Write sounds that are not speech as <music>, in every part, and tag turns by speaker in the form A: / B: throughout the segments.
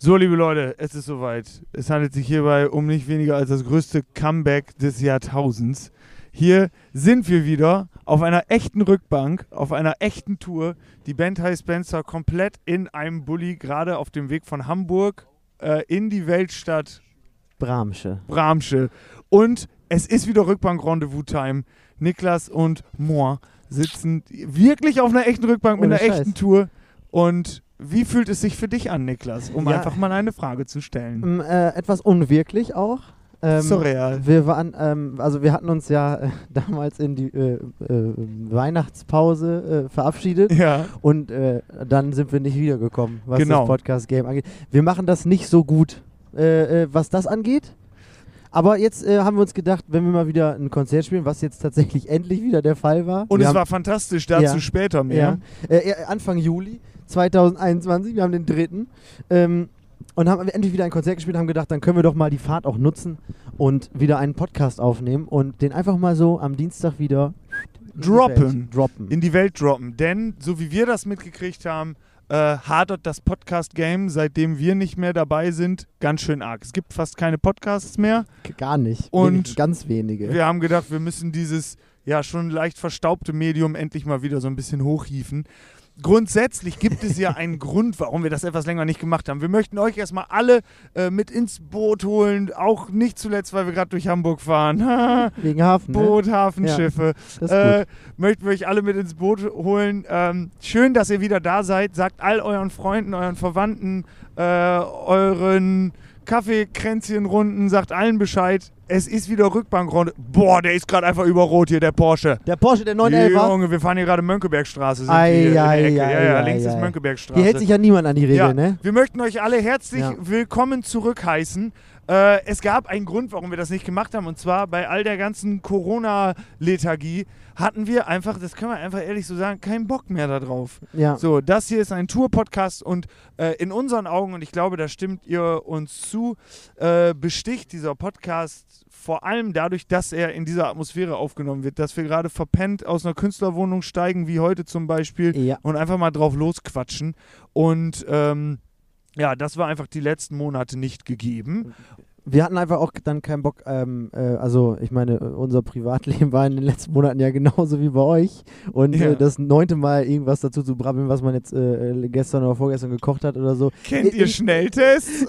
A: So, liebe Leute, es ist soweit. Es handelt sich hierbei um nicht weniger als das größte Comeback des Jahrtausends. Hier sind wir wieder auf einer echten Rückbank, auf einer echten Tour. Die Band heißt Spencer komplett in einem Bulli, gerade auf dem Weg von Hamburg äh, in die Weltstadt
B: Bramsche.
A: Bramsche. Und es ist wieder Rückbank-Rendezvous-Time. Niklas und Moor sitzen wirklich auf einer echten Rückbank mit
B: Ohne
A: einer
B: Scheiß.
A: echten Tour. Und wie fühlt es sich für dich an, Niklas, um
B: Ja.
A: einfach mal eine Frage zu stellen?
B: Ähm, äh, etwas unwirklich auch. Ähm, <laughs>
A: Surreal.
B: Wir waren, ähm, also wir hatten uns ja äh, <laughs> damals in die äh, äh, Weihnachtspause äh, verabschiedet
A: Ja,
B: und äh, dann sind wir nicht wiedergekommen, was
A: Genau.
B: das Podcast-Game angeht. Wir machen das nicht so gut, äh, äh, was das angeht. Aber jetzt äh, haben wir uns gedacht, wenn wir mal wieder ein Konzert spielen, was jetzt tatsächlich <laughs> endlich wieder der Fall war.
A: und
B: wir
A: es
B: haben,
A: war fantastisch, dazu
B: Ja.
A: später
B: Ja.
A: mehr.
B: Äh, äh, Anfang Juli 2021, wir haben den dritten. Ähm, und haben endlich wieder ein Konzert gespielt, haben gedacht, dann können wir doch mal die Fahrt auch nutzen und wieder einen Podcast aufnehmen und den einfach mal so am Dienstag wieder in die
A: Droppen.
B: Welt droppen.
A: in die Welt droppen. Denn so wie wir das mitgekriegt haben, äh, hadert das Podcast-Game, seitdem wir nicht mehr dabei sind, ganz schön arg. Es gibt fast keine Podcasts mehr.
B: Gar nicht.
A: Und-
B: Wenig, ganz wenige.
A: Wir haben gedacht, wir müssen dieses ja schon leicht verstaubte Medium endlich mal wieder so ein bisschen hochhieven. Grundsätzlich gibt es ja einen Grund, warum wir das etwas länger nicht gemacht haben. Wir möchten euch erstmal alle äh, mit ins Boot holen, auch nicht zuletzt, weil wir gerade durch Hamburg fahren.
B: Wegen Hafen. Ne?
A: Boot, Hafenschiffe.
B: Das ist
A: Äh,
B: gut.
A: möchten wir euch alle mit ins Boot holen. Ähm, schön, dass ihr wieder da seid. Sagt all euren Freunden, euren Verwandten, äh, euren Kaffeekränzchenrunden, sagt allen Bescheid. Es ist wieder Rückbankrunde. Boah, der ist gerade einfach über Rot hier, der Porsche.
B: Der Porsche, der 911er,
A: Junge, wir fahren hier gerade Mönckebergstraße. Sind
B: Ei,
A: wir hier
B: ei,
A: in der Ecke.
B: ei,
A: ja, ja,
B: ei,
A: links
B: ei,
A: ist
B: ei.
A: Mönckebergstraße.
B: die hält sich ja niemand an die Regel,
A: Ja,
B: ne?
A: Wir möchten euch alle herzlich
B: Ja.
A: willkommen zurück heißen. Äh, es gab einen Grund, warum wir das nicht gemacht haben. Und zwar bei all der ganzen Corona-Lethargie hatten wir einfach, das können wir einfach ehrlich so sagen, keinen Bock mehr darauf.
B: Ja.
A: So, das hier ist ein Tour-Podcast und äh, in unseren Augen, und ich glaube, da stimmt ihr uns zu, äh, besticht dieser Podcast vor allem dadurch, dass er in dieser Atmosphäre aufgenommen wird, dass wir gerade verpennt aus einer Künstlerwohnung steigen, wie heute zum Beispiel,
B: ja.
A: und einfach mal drauf losquatschen. Und ähm, ja, das war einfach die letzten Monate nicht gegeben.
B: Wir hatten einfach auch dann keinen Bock, ähm, äh, also ich meine, unser Privatleben war in den letzten Monaten ja genauso wie bei euch. Und
A: Ja.
B: äh, das neunte Mal irgendwas dazu zu brabbeln, was man jetzt äh, äh, gestern oder vorgestern gekocht hat oder so. Äh,
A: Kennt
B: Ich-
A: ihr
B: ich-
A: Schnelltests?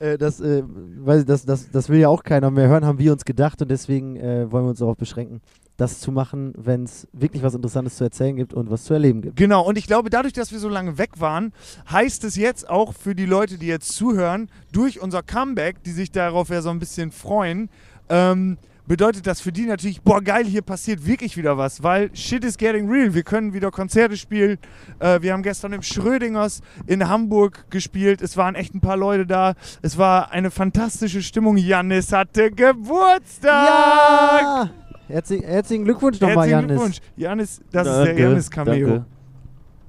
B: Äh, das, äh, weiß ich, das, das, das will ja auch keiner mehr hören, haben wir uns gedacht und deswegen äh, wollen wir uns darauf beschränken, das zu machen, wenn es wirklich was Interessantes zu erzählen gibt und was zu erleben gibt.
A: Genau, und ich glaube, dadurch, dass wir so lange weg waren, heißt es jetzt auch für die Leute, die jetzt zuhören, durch unser Comeback, die sich darauf ja so ein bisschen freuen, ähm, bedeutet das für die natürlich, boah, geil, hier passiert wirklich wieder was, weil shit is getting real. Wir können wieder Konzerte spielen. Äh, wir haben gestern im Schrödingers in Hamburg gespielt. Es waren echt ein paar Leute da. Es war eine fantastische Stimmung. Jannis hatte Geburtstag!
B: Ja! Herzlich, herzlichen Glückwunsch nochmal,
A: Herzlichen
B: Janis.
A: Glückwunsch. Janis, das ist
C: Danke,
A: der Janis-Cameo.
C: danke.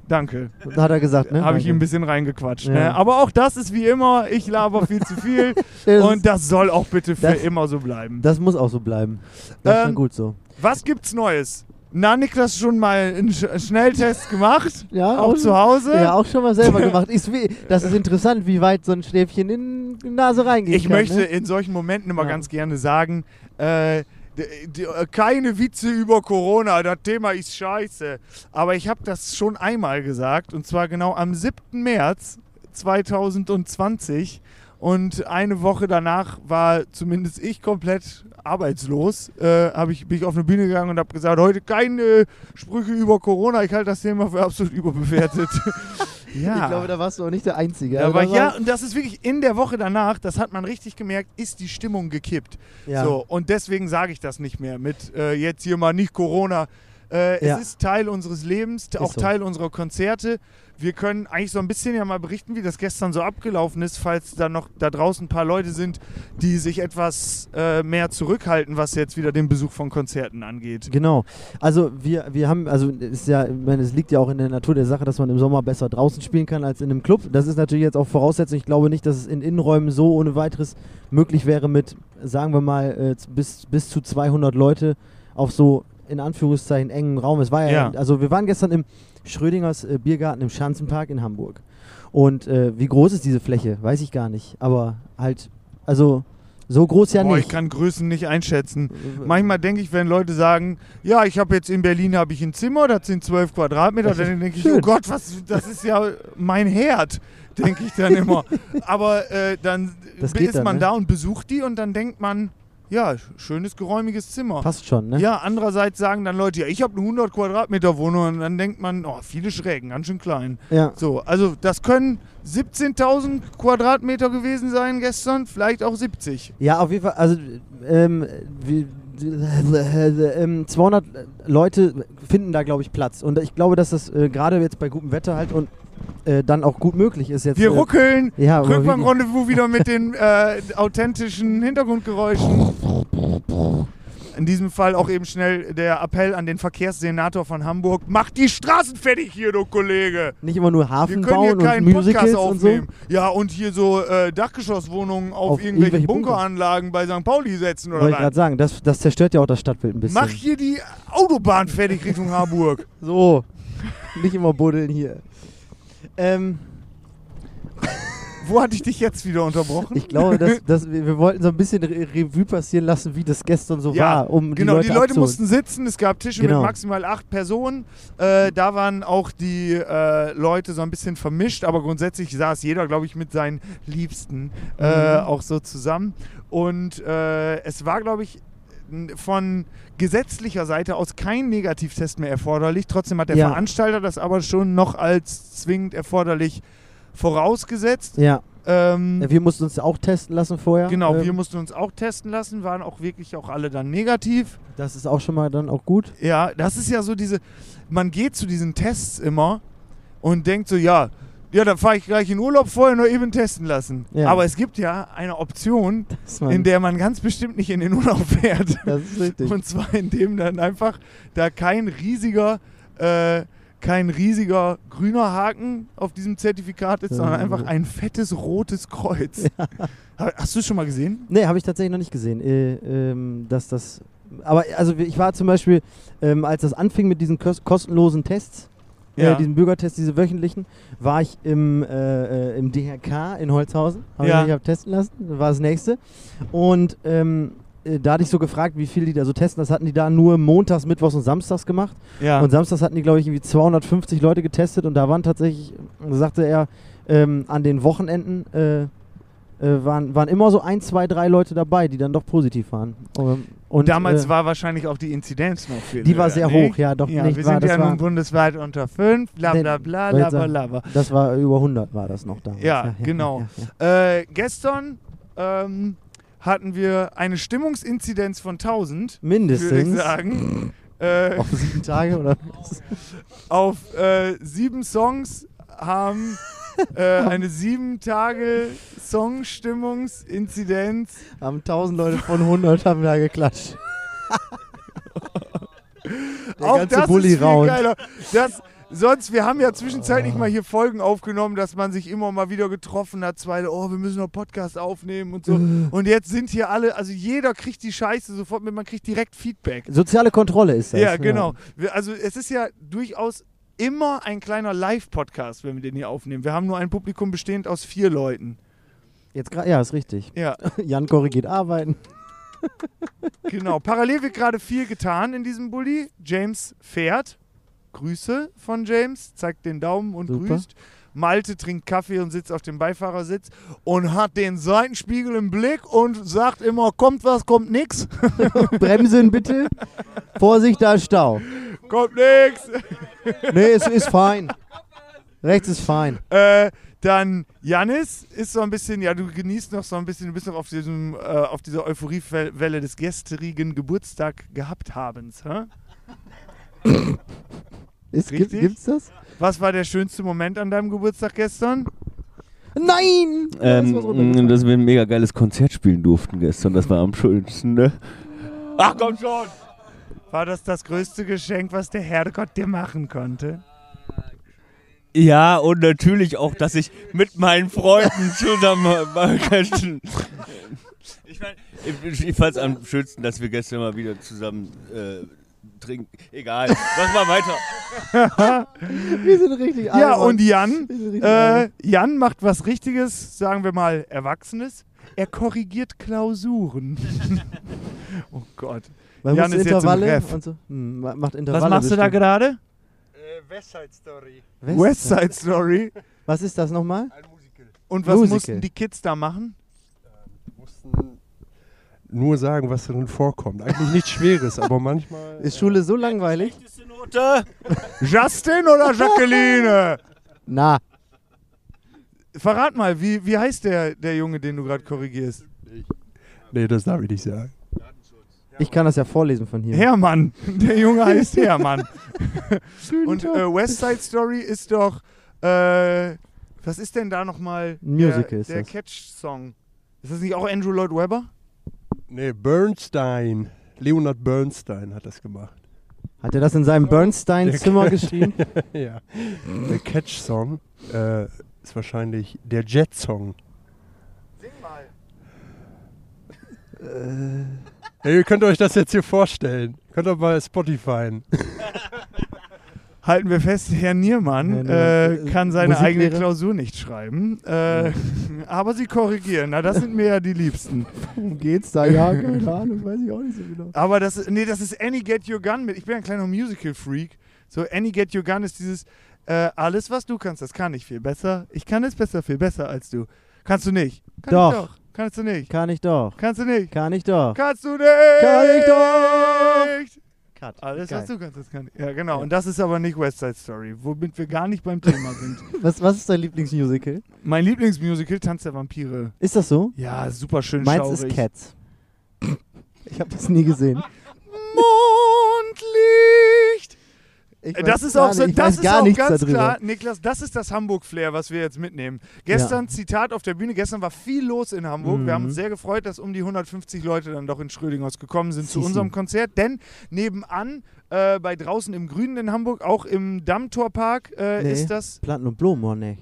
A: danke.
B: Hat er gesagt, ne?
A: Habe ich ihm ein
B: Danke.
A: bisschen reingequatscht.
B: Ja.
A: Ne? Aber auch das ist wie immer, ich laber viel zu viel.
B: <laughs> Das-
A: und das soll auch bitte für
B: Das-
A: immer so bleiben.
B: Das muss auch so bleiben. Das ist
A: Ähm,
B: schon gut so.
A: Was gibt's Neues? Na, Niklas, schon mal einen Sch Schnelltest gemacht?
B: Ja,
A: auch
B: und-
A: zu Hause?
B: Ja, auch schon mal selber gemacht. Ist wie,
A: <laughs>
B: das ist interessant, wie weit so ein Stäbchen in die Nase reingeht.
A: ich
B: kann,
A: möchte
B: Ne?
A: in solchen Momenten immer
B: Ja.
A: ganz gerne sagen, äh, d- d- keine Witze über Corona, das Thema ist scheiße. Aber ich habe das schon einmal gesagt und zwar genau am 7. März 2020 und eine Woche danach war zumindest ich komplett arbeitslos. Äh, hab ich, bin ich auf eine Bühne gegangen und habe gesagt, heute keine Sprüche über Corona, ich halte das Thema für absolut
B: <laughs>
A: überbewertet. ja.
B: Ich glaube, da warst du auch nicht der Einzige.
A: Ja,
B: Also
A: aber
B: da
A: ja,
B: war-
A: und das ist wirklich in der Woche danach, das hat man richtig gemerkt, ist die Stimmung gekippt.
B: ja.
A: So, und deswegen sage ich das nicht mehr mit äh, jetzt hier mal nicht Corona. Äh,
B: Ja.
A: Es ist Teil unseres Lebens, auch
B: so.
A: Teil unserer Konzerte. Wir können eigentlich so ein bisschen ja mal berichten, wie das gestern so abgelaufen ist, falls da noch da draußen ein paar Leute sind, die sich etwas äh, mehr zurückhalten, was jetzt wieder den Besuch von Konzerten angeht.
B: Genau. Also wir, wir haben, also es ist ja, ich meine, es liegt ja auch in der Natur der Sache, dass man im Sommer besser draußen spielen kann als in einem Club. Das ist natürlich jetzt auch Voraussetzung. Ich glaube nicht, dass es in Innenräumen so ohne weiteres möglich wäre, mit, sagen wir mal, äh, bis, bis zu 200 Leute auf so in Anführungszeichen engen Raum. Es war ja,
A: Ja.
B: also wir waren gestern im Schrödingers äh, Biergarten im Schanzenpark in Hamburg. Und äh, wie groß ist diese Fläche? Weiß ich gar nicht. Aber halt, also so groß ja
A: Boah,
B: nicht.
A: ich kann Größen nicht einschätzen.
B: Äh,
A: Manchmal denke ich, wenn Leute sagen, ja, ich habe jetzt in Berlin habe ich ein Zimmer, das sind 12 Quadratmeter, dann denke ich,
B: Schön.
A: oh Gott, was, das ist ja mein Herd, denke ich dann immer. Aber äh, dann
B: Das geht
A: ist
B: dann,
A: man
B: ne?
A: da und besucht die und dann denkt man, ja, schönes, geräumiges Zimmer.
B: Passt schon, ne?
A: Ja, andererseits sagen dann Leute, ja, ich habe eine 100 Quadratmeter Wohnung und dann denkt man, oh, viele Schrägen, ganz schön klein.
B: ja.
A: So, also das können 17.000 Quadratmeter gewesen sein gestern, vielleicht auch 70.
B: Ja, auf jeden Fall. Also ähm, wie, ähm, 200 Leute finden da, glaube ich, Platz. Und ich glaube, dass das äh, gerade jetzt bei gutem Wetter halt und äh, dann auch gut möglich ist. Jetzt,
A: Wir
B: äh,
A: ruckeln.
B: Ja, aber
A: Rück beim
B: wie-
A: Rendezvous wieder mit den äh, authentischen Hintergrundgeräuschen. In diesem Fall auch eben schnell der Appell an den Verkehrssenator von Hamburg. Macht die Straßen fertig hier, du Kollege!
B: Nicht immer nur
A: Wir
B: Hafen
A: können hier
B: bauen und
A: keinen Podcast
B: Musicals und so.
A: aufnehmen. Ja, und hier so äh, Dachgeschosswohnungen auf,
B: Auf
A: irgendwelche,
B: irgendwelche Bunker.
A: Bunkeranlagen bei St. Pauli setzen
B: Wollte
A: oder
B: ich gerade
A: was?
B: sagen, das, das zerstört ja auch das Stadtbild ein bisschen.
A: Mach hier die Autobahn fertig Richtung Hamburg.
B: so. Nicht immer buddeln hier. Ähm,
A: Wo hatte ich dich jetzt wieder unterbrochen?
B: ich
A: <laughs>
B: glaube, dass, dass wir, wir wollten so ein bisschen Re Revue passieren lassen, wie das gestern so war, um
A: genau,
B: die Leute,
A: die Leute
B: abzuholen.
A: mussten sitzen. Es gab Tische
B: Genau.
A: mit maximal acht Personen. Äh, da waren auch die äh, Leute so ein bisschen vermischt, aber grundsätzlich saß jeder, glaube ich, mit seinen Liebsten äh,
B: Mhm.
A: auch so zusammen. Und äh, es war, glaube ich, n- von gesetzlicher Seite aus kein Negativtest mehr erforderlich. Trotzdem hat der
B: Ja.
A: Veranstalter das aber schon noch als zwingend erforderlich vorausgesetzt.
B: Ja,
A: Ähm,
B: wir mussten uns auch testen lassen vorher.
A: genau,
B: ähm,
A: wir mussten uns auch testen lassen, waren auch wirklich auch alle dann negativ.
B: Das ist auch schon mal dann auch gut.
A: Ja, das ist ja so diese, man geht zu diesen Tests immer und denkt so, ja, ja, dann fahre ich gleich in Urlaub vorher nur eben testen lassen.
B: Ja.
A: Aber es gibt ja eine Option,
B: Dass man-
A: in der man ganz bestimmt nicht in den Urlaub <laughs> fährt.
B: das ist richtig.
A: Und zwar indem dann einfach da kein riesiger, äh, kein riesiger grüner Haken auf diesem Zertifikat ist, sondern
B: Ähm.
A: einfach ein fettes rotes Kreuz. Ha- Hast du es schon mal gesehen?
B: nee, habe ich tatsächlich noch nicht gesehen, äh, ähm, dass das. Aber also wir- ich war zum Beispiel, ähm, als das anfing mit diesen kos kostenlosen Tests, äh,
A: Ja.
B: diesen Bürgertests, diese wöchentlichen, war ich im, äh, äh, im DHK in Holzhausen. Habe
A: Ja.
B: ich mich hab testen lassen, das war das nächste. Und ähm, äh, da hatte ich so gefragt, wie viel die da so testen. Das hatten die da nur montags, mittwochs und samstags gemacht.
A: Ja.
B: Und samstags hatten die, glaube ich, irgendwie 250 Leute getestet und da waren tatsächlich, sagte er, ähm, an den Wochenenden äh, äh, waren, waren immer so ein, zwei, drei Leute dabei, die dann doch positiv waren. Ähm, Und,
A: Damals
B: äh,
A: war wahrscheinlich auch die Inzidenz noch viel.
B: die war
A: höher,
B: sehr
A: nicht?
B: hoch, ja, doch
A: ja,
B: nicht
A: wir
B: wahr,
A: sind
B: das
A: ja
B: war-
A: nun bundesweit unter 5, bla
B: Nee,
A: bla bla,
B: wollte ich
A: laber,
B: sagen.
A: laber.
B: das war über 100 war das noch damals.
A: Ja, genau.
B: ja, ja.
A: Äh, gestern ähm, hatten wir eine Stimmungsinzidenz von 1000, würde ich
B: Mindestens <laughs>
A: sagen, äh,
B: auf sieben Tage oder
A: auf äh, sieben Songs haben
B: <laughs>
A: äh, eine sieben Tage Songstimmungsinzidenz
B: haben 1000 Leute von 100 haben
A: <laughs>
B: da geklatscht. Der
A: Auch
B: ganze
A: das
B: Bulli
A: ist viel
B: raunt.
A: geiler. Das, sonst, wir haben ja zwischenzeitlich mal hier Folgen aufgenommen, dass man sich immer mal wieder getroffen hat, zwei, oh, wir müssen noch Podcast aufnehmen und so.
B: Äh.
A: Und jetzt sind hier alle, also jeder kriegt die Scheiße sofort mit, man kriegt direkt Feedback.
B: Soziale Kontrolle ist das.
A: ja, genau. Wir, also es ist ja durchaus immer ein kleiner Live-Podcast, wenn wir den hier aufnehmen. Wir haben nur ein Publikum bestehend aus vier Leuten.
B: Jetzt gra- ja, ist richtig. <laughs>
A: Ja,
B: Jan Korre geht arbeiten.
A: genau. Parallel wird gerade viel getan in diesem Bulli. James fährt. Grüße von James, zeigt den Daumen und
B: Super.
A: grüßt. Malte trinkt Kaffee und sitzt auf dem Beifahrersitz und hat den Seitenspiegel im Blick und sagt immer, kommt was, kommt nix,
B: Bremsen bitte. Vorsicht, da ist Stau.
A: kommt nix.
B: Nee, es ist fein. Rechts ist fein.
A: <laughs> Äh, dann Janis ist so ein bisschen, ja, du genießt noch so ein bisschen, du bist noch auf, diesem, äh, auf dieser Euphoriewelle des gestrigen Geburtstag gehabt habens. Hä?
B: Ist, gibt,
A: Richtig?
B: gibt's das?
A: Was war der schönste Moment an deinem Geburtstag gestern?
B: Nein! Da ist was
C: Ähm,
B: runtergefallen.
C: dass wir ein mega geiles Konzert spielen durften gestern. Das war am schönsten, ne?
A: Ach komm schon! War das das größte Geschenk, was der Herrgott dir machen konnte?
D: Ja, und natürlich auch, dass ich mit meinen Freunden zusammen machen kann. Ich, mein, ich, ich fand's am schönsten, dass wir gestern mal wieder zusammen äh, trinken. Egal, mach mal weiter.
B: Wir sind richtig
A: Ja,
B: alle, Mann.
A: und Jan,
B: Wir sind richtig
A: äh,
B: alle.
A: <laughs> Jan macht was Richtiges, sagen wir mal Erwachsenes. Er korrigiert Klausuren. <laughs> oh Gott.
B: Man
A: Jan
B: muss
A: ist jetzt im
B: Intervalle
A: Ref.
B: und so. Hm, ma- macht Intervalle.
D: Was machst du da
B: bestimmt.
D: gerade?
E: Äh, West Side Story,
A: West Side Story.
B: Was ist das nochmal?
E: ein Musical.
A: Und was
B: Musical.
A: mussten die Kids da machen?
E: Mussten nur sagen, was darin vorkommt. Eigentlich nichts Schweres, aber manchmal.
B: Ist Schule so langweilig?
D: Note.
A: Justin oder <laughs> Jacqueline?
B: Na,
A: Verrat mal, wie, wie heißt der, der Junge, den du gerade korrigierst?
E: <laughs> Nee, das darf ich nicht sagen.
B: ich kann das ja vorlesen von
A: <laughs>
B: hier.
A: Hermann. Der Junge heißt
B: <laughs>
A: Hermann. Und äh, West Side Story ist doch. Äh, was ist denn da nochmal?
B: Ein Musical
A: der,
B: ist
A: Der
B: das.
A: Catch-Song. Ist das nicht auch Andrew Lloyd Webber?
E: Nee, Bernstein. Leonard Bernstein hat das gemacht.
B: Hat er das in seinem Bernstein-Zimmer geschrieben?
E: ja. Der Catch-Song äh, ist wahrscheinlich der Jet-Song.
A: Sing mal.
E: Ja, ihr könnt euch das jetzt hier vorstellen. Könnt ihr mal Spotify.
A: Halten wir fest, Herr Niermann
B: Herr Niermann,
A: äh,
B: äh,
A: kann seine eigene
B: Musiklehrer?
A: Klausur nicht schreiben. Äh, <laughs> aber sie korrigieren. Na, das sind mir ja die Liebsten.
B: Worum geht's da? Ja, keine Ahnung, weiß ich auch nicht so genau.
A: Aber das, nee, das ist Annie Get Your Gun mit. Ich bin ein kleiner Musical-Freak. So, Annie Get Your Gun ist dieses, äh, alles, was du kannst, das kann ich viel besser. Ich kann es besser, viel besser als du. Kannst du nicht. Kann
B: Doch.
A: Ich doch. Kannst du nicht.
B: Kann ich doch.
A: Kannst du nicht.
B: Kann ich doch.
A: Kannst du nicht.
B: Kann ich
A: doch.
B: Cut.
A: Alles,
B: Geil.
A: was du kannst, das kann ich. Ja, genau. Und das ist aber nicht West Side Story, womit wir gar nicht beim Thema
B: <laughs>
A: sind.
B: Was, was ist dein Lieblingsmusical?
A: mein Lieblingsmusical, Tanz der Vampire.
B: Ist das so?
A: Ja, super schön
B: Meins
A: schaurig.
B: ist Cats. Ich habe das nie gesehen.
A: Mondlicht.
B: Ich
A: Äh, Das
B: weiß
A: ist
B: gar
A: auch, so,
B: nicht- ich
A: das
B: weiß
A: ist
B: gar
A: auch
B: nichts
A: ganz
B: darüber.
A: klar, Niklas, das ist das Hamburg-Flair, was wir jetzt mitnehmen. Gestern, Zitat auf der Bühne, gestern war viel los in Hamburg. Wir
B: Mhm.
A: haben uns sehr gefreut, dass um die 150 Leute dann doch in Schrödinghaus gekommen sind zu
B: Sisi.
A: unserem Konzert. Denn nebenan, äh, bei draußen im Grünen in Hamburg, auch im Dammtorpark, äh,
B: Nee.
A: ist das,
B: Planten und Blumen, oh nee.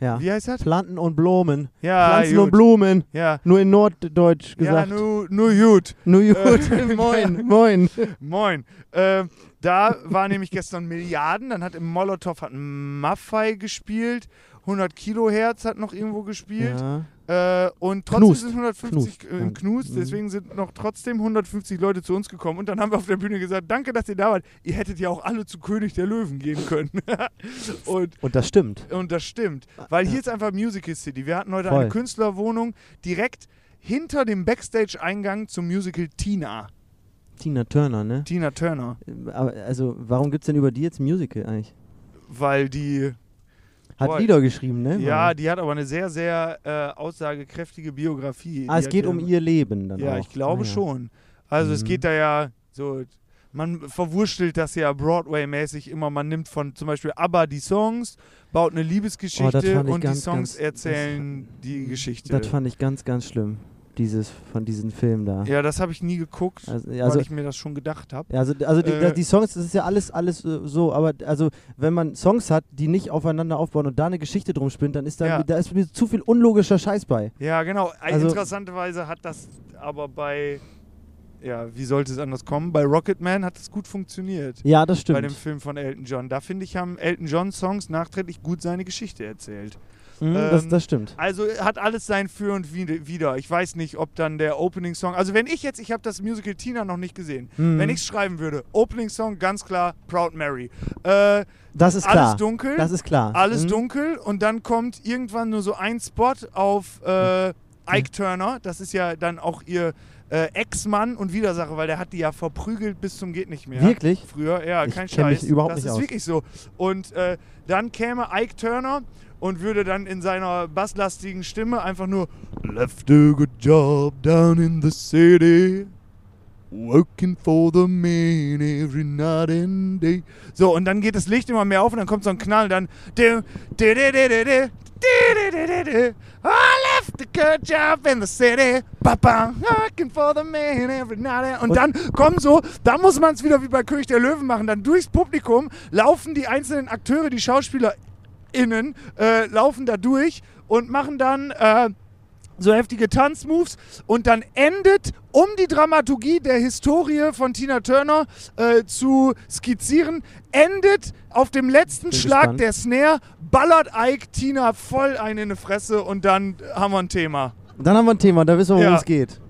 B: Ja.
A: wie heißt das?
B: Planten und Blumen.
A: Ja,
B: Pflanzen
A: gut.
B: und Blumen.
A: Ja,
B: Nur in Norddeutsch
A: ja
B: gesagt.
A: nur, Äh, nur gut.
B: nur
A: <laughs>
B: gut. moin, moin.
A: Moin. Ähm, da war nämlich gestern Milliarden, dann hat im Molotow hat Maffei gespielt, 100 Kilohertz hat noch irgendwo gespielt.
B: Ja.
A: Äh, und trotzdem
B: Knust.
A: sind 150
B: Knust.
A: Knust. Äh,
B: Ja.
A: Knust,
B: Mhm.
A: deswegen sind noch trotzdem 150 Leute zu uns gekommen. Und dann haben wir auf der Bühne gesagt, danke, dass ihr da wart. Ihr hättet ja auch alle zu König der Löwen gehen können. <laughs> und,
B: Und das stimmt.
A: und das stimmt. Weil hier ist einfach Musical City. Wir hatten heute eine
B: Voll.
A: Künstlerwohnung direkt hinter dem Backstage-Eingang zum Musical Tina.
B: Tina Turner, ne?
A: Tina Turner.
B: Aber, also, warum gibt's denn über die jetzt ein Musical eigentlich?
A: Weil die
B: Hat
A: Voll.
B: Lieder geschrieben, ne?
A: Ja, die hat aber eine sehr, sehr äh, aussagekräftige Biografie.
B: ah,
A: Die
B: es
A: hat
B: geht
A: ja-
B: um ihr Leben dann auch.
A: Ja, ich glaube
B: Ah, ja.
A: schon. Also es
B: Mhm.
A: geht da ja so, man verwurschtelt das ja Broadway-mäßig immer. Man nimmt von zum Beispiel ABBA die Songs, baut eine
B: Oh, das
A: Liebesgeschichte
B: fand ich
A: und die
B: ganz,
A: Songs
B: ganz-
A: erzählen die Geschichte.
B: Das fand ich ganz, ganz schlimm. Dieses, von diesem Film da.
A: ja, das habe ich nie geguckt,
B: Also,
A: weil
B: also
A: ich mir das schon gedacht habe.
B: Ja, Also, also die,
A: Äh,
B: die Songs, das ist ja alles, alles äh, so, aber also wenn man Songs hat, die nicht aufeinander aufbauen und da eine Geschichte drum spinnt, dann ist da,
A: Ja.
B: da ist mir zu viel unlogischer Scheiß bei.
A: Ja, genau.
B: Also-
A: Interessanterweise hat das aber bei, ja, wie sollte es anders kommen? Bei Rocketman hat es gut funktioniert.
B: Ja, das
A: bei dem
B: stimmt.
A: Film von Elton John. Da finde ich, haben Elton John Songs nachträglich gut seine Geschichte erzählt.
B: Mhm, das,
A: ähm,
B: das stimmt.
A: Also hat alles sein Für und Wide- Wider. Ich weiß nicht, ob dann der Opening Song. Also wenn ich jetzt, ich habe das Musical Tina noch nicht gesehen.
B: Mhm.
A: Wenn ich schreiben würde, Opening Song ganz klar Proud Mary. Äh,
B: Das ist
A: alles
B: klar.
A: dunkel.
B: Das ist klar.
A: alles
B: Mhm.
A: dunkel und dann kommt irgendwann nur so ein Spot auf äh, Ike Turner. Das ist ja dann auch ihr äh, Ex-Mann und Widersacher, weil der hat die ja verprügelt bis zum geht nicht mehr.
B: Wirklich?
A: Früher, ja,
B: Ich
A: kein
B: kenn mich
A: Scheiß.
B: überhaupt
A: das
B: nicht
A: ist
B: aus.
A: wirklich so. Und äh, dann käme Ike Turner und würde dann in seiner basslastigen Stimme einfach nur Left a good job down in the city. Working for the man every night and day. So, und dann geht das Licht immer mehr auf und dann kommt so ein Knall, dann. du, du, du, du, du, du, du, du, du, du, du. I left the good job in the city. Papa, working for the man every night. And und, dann kommen so, da muss man es wieder wie bei König der Löwen machen, dann durchs Publikum laufen die einzelnen Akteure, die SchauspielerInnen, äh, laufen da durch und machen dann. Äh, so heftige Tanzmoves und dann endet, um die Dramaturgie der Historie von Tina Turner äh, zu skizzieren, endet auf dem letzten
B: Bin
A: Schlag
B: gespannt.
A: der Snare, ballert Ike Tina voll einen in die Fresse und dann äh, haben wir ein Thema.
B: Dann haben wir ein Thema, da wissen wir, worum
A: Ja.
B: es geht.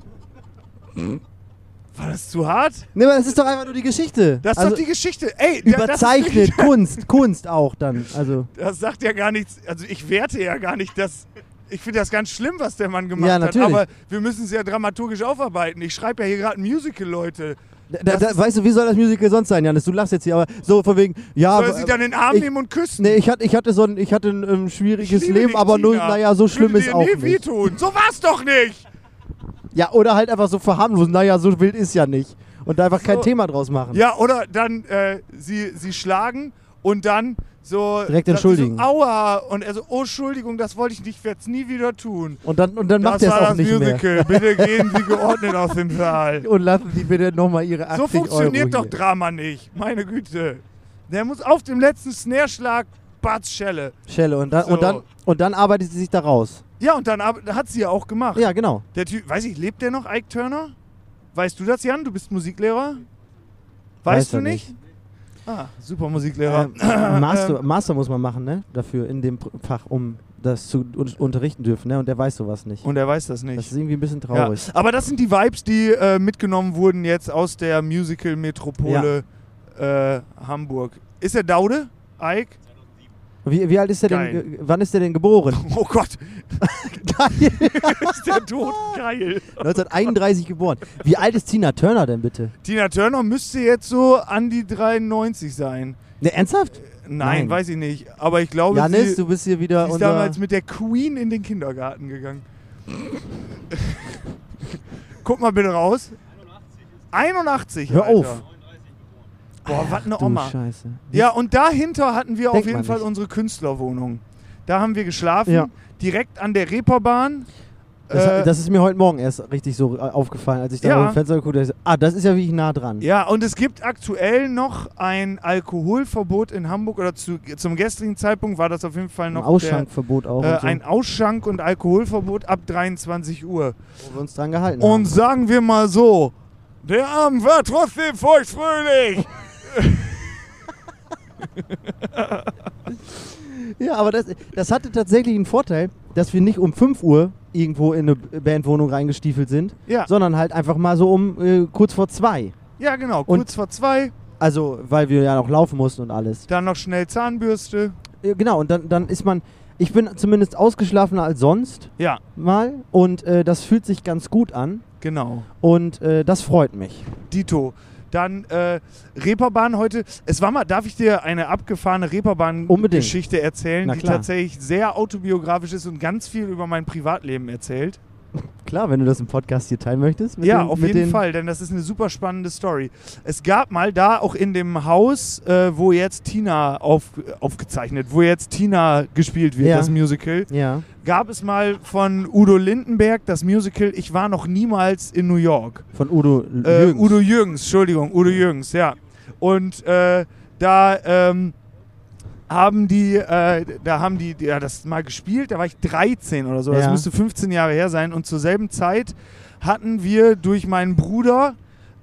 A: War das zu hart?
B: Nee, aber das ist doch einfach nur die Geschichte.
A: Das ist
B: also,
A: doch die Geschichte. Ey, da- das ist
B: überzeichnet,
A: nicht-
B: Kunst, Kunst auch dann.
A: <laughs>
B: Also,
A: Das sagt ja gar nichts. Also ich werte ja gar nicht, dass. Ich finde das ganz schlimm, was der Mann gemacht
B: Ja,
A: hat.
B: natürlich.
A: Aber wir müssen es ja dramaturgisch aufarbeiten. Ich schreibe ja hier gerade ein Musical, Leute.
B: da, da, da, weißt du, wie soll das Musical sonst sein, Janis? Du lachst jetzt hier, aber so von wegen, ja.
A: Soll er
B: w-
A: sie dann in den Arm
B: ich-
A: nehmen und küssen?
B: Nee, ich hatte, ich hatte so ein, ich hatte ein ähm, schwieriges
A: liebe
B: Leben,
A: dich,
B: aber nur,
A: Tina.
B: naja, so
A: Ich
B: schlimm
A: würde
B: ist
A: dir
B: auch
A: nie
B: nicht.
A: Wehtun. So war's doch nicht.
B: Ja, oder halt einfach so verharmlosen, naja, so wild ist ja nicht. Und da einfach kein
A: So.
B: Thema draus machen.
A: Ja, oder dann äh, sie, sie schlagen und dann so.
B: Direkt
A: dann
B: entschuldigen.
A: So, Aua. Und er so, oh, Entschuldigung, das wollte ich nicht, ich werde es nie wieder tun.
B: Und dann, und dann macht
A: das
B: er es
A: war
B: auch
A: das
B: nicht mehr. <laughs>
A: Musical. Bitte gehen Sie geordnet aus dem Saal.
B: Und lassen die bitte nochmal ihre 80
A: So funktioniert
B: Euro
A: doch
B: hier.
A: Drama nicht. Meine Güte. Der muss auf dem letzten Snare-Schlag Barts Schelle.
B: Schelle. Und dann,
A: So.
B: und, dann, und dann arbeitet sie sich da raus.
A: Ja, und dann ab- hat sie ja auch gemacht.
B: Ja, genau.
A: Der Typ, weiß ich, lebt der noch, Ike Turner? Weißt du das, Jan? Du bist Musiklehrer?
B: Weiß
A: Weißt du
B: er
A: nicht? Ah, super Musiklehrer. <clears throat>
B: Ähm, Master, Master muss man machen, ne? Dafür in dem Pr- Fach, um das zu un unterrichten dürfen, ne? Und der weiß sowas nicht.
A: Und er weiß das nicht.
B: das ist irgendwie ein bisschen
A: ja.
B: traurig.
A: Aber das sind die Vibes, die äh, mitgenommen wurden jetzt aus der Musical-Metropole äh, Hamburg. Ist er Daude, Ike? <laughs>
B: Wie, wie alt ist der
A: Geil.
B: denn? ge- Wann ist der denn geboren?
A: <laughs>
B: <laughs>
A: Oh Gott,
B: Geil.
A: ist der
B: <laughs>
A: tot? Geil.
B: 1931 geboren. Wie alt ist Tina Turner denn bitte?
A: Tina Turner müsste jetzt so an die 93 sein.
B: Ne, ernsthaft?
A: Nein,
B: Nein.
A: weiß ich nicht. Aber ich glaube, sie,
B: Janis, du bist hier
A: sie
B: wieder
A: ist
B: unser.
A: damals mit der Queen in den Kindergarten gegangen. <laughs> Guck mal bitte raus. 81.
B: Hör
A: Alter.
B: auf.
A: Boah, was eine
B: du
A: Oma.
B: Scheiße.
A: Ja, und dahinter hatten wir auf
B: Denkt
A: jeden
B: man
A: Fall
B: nicht.
A: unsere Künstlerwohnung. Da haben wir geschlafen,
B: Ja.
A: direkt an der Reeperbahn.
B: Das,
A: Äh,
B: das ist mir heute Morgen erst richtig so äh, aufgefallen, als ich da
A: Ja.
B: ja. im Fenster geguckt habe. Ah, das ist ja wirklich nah dran.
A: Ja, und es gibt aktuell noch ein Alkoholverbot in Hamburg oder zu, zum gestrigen Zeitpunkt war das auf jeden Fall
B: Ein
A: noch
B: Ausschankverbot auch.
A: Der, äh,
B: und so.
A: ein Ausschank und Alkoholverbot ab 23 Uhr.
B: wo wir uns dran gehalten
A: Und
B: haben.
A: sagen wir mal so, der Abend war trotzdem
B: <laughs>
A: feuchtfröhlich.
B: Ja, aber das, das hatte tatsächlich einen Vorteil, dass wir nicht um 5 Uhr irgendwo in eine Bandwohnung reingestiefelt sind,
A: Ja,
B: sondern halt einfach mal so um äh, kurz vor 2.
A: ja genau,
B: Und-
A: kurz vor zwei,
B: Also, weil wir ja noch laufen mussten und alles.
A: dann noch schnell Zahnbürste.
B: Ja, Genau, und dann, dann ist man, ich bin zumindest ausgeschlafener als sonst
A: Ja,
B: mal und äh, das fühlt sich ganz gut an
A: genau.
B: und äh, das freut mich.
A: Dito. Dann äh, Reeperbahn heute. Es war mal, darf ich dir eine abgefahrene
B: Unbedingt.
A: Reeperbahn-Geschichte erzählen,
B: Na
A: die
B: klar.
A: tatsächlich sehr autobiografisch ist und ganz viel über mein Privatleben erzählt.
B: Klar, wenn du das im Podcast hier teilen möchtest. mit
A: ja,
B: den-
A: auf
B: mit
A: jeden
B: den-
A: Fall, denn das ist eine super spannende Story. Es gab mal da auch in dem Haus, äh, wo jetzt Tina auf, aufgezeichnet, wo jetzt Tina gespielt wird,
B: Ja.
A: das Musical,
B: Ja.
A: gab es mal von Udo Lindenberg das Musical Ich war noch niemals in New York.
B: Von Udo L-
A: Äh,
B: Jürgens.
A: Udo Jürgens, Entschuldigung, Udo Jürgens, ja. Und äh, da ähm, haben die, äh, da haben die, ja, das mal gespielt, da war ich 13 oder so, das
B: Ja.
A: müsste 15 Jahre her sein. Und zur selben Zeit hatten wir durch meinen Bruder,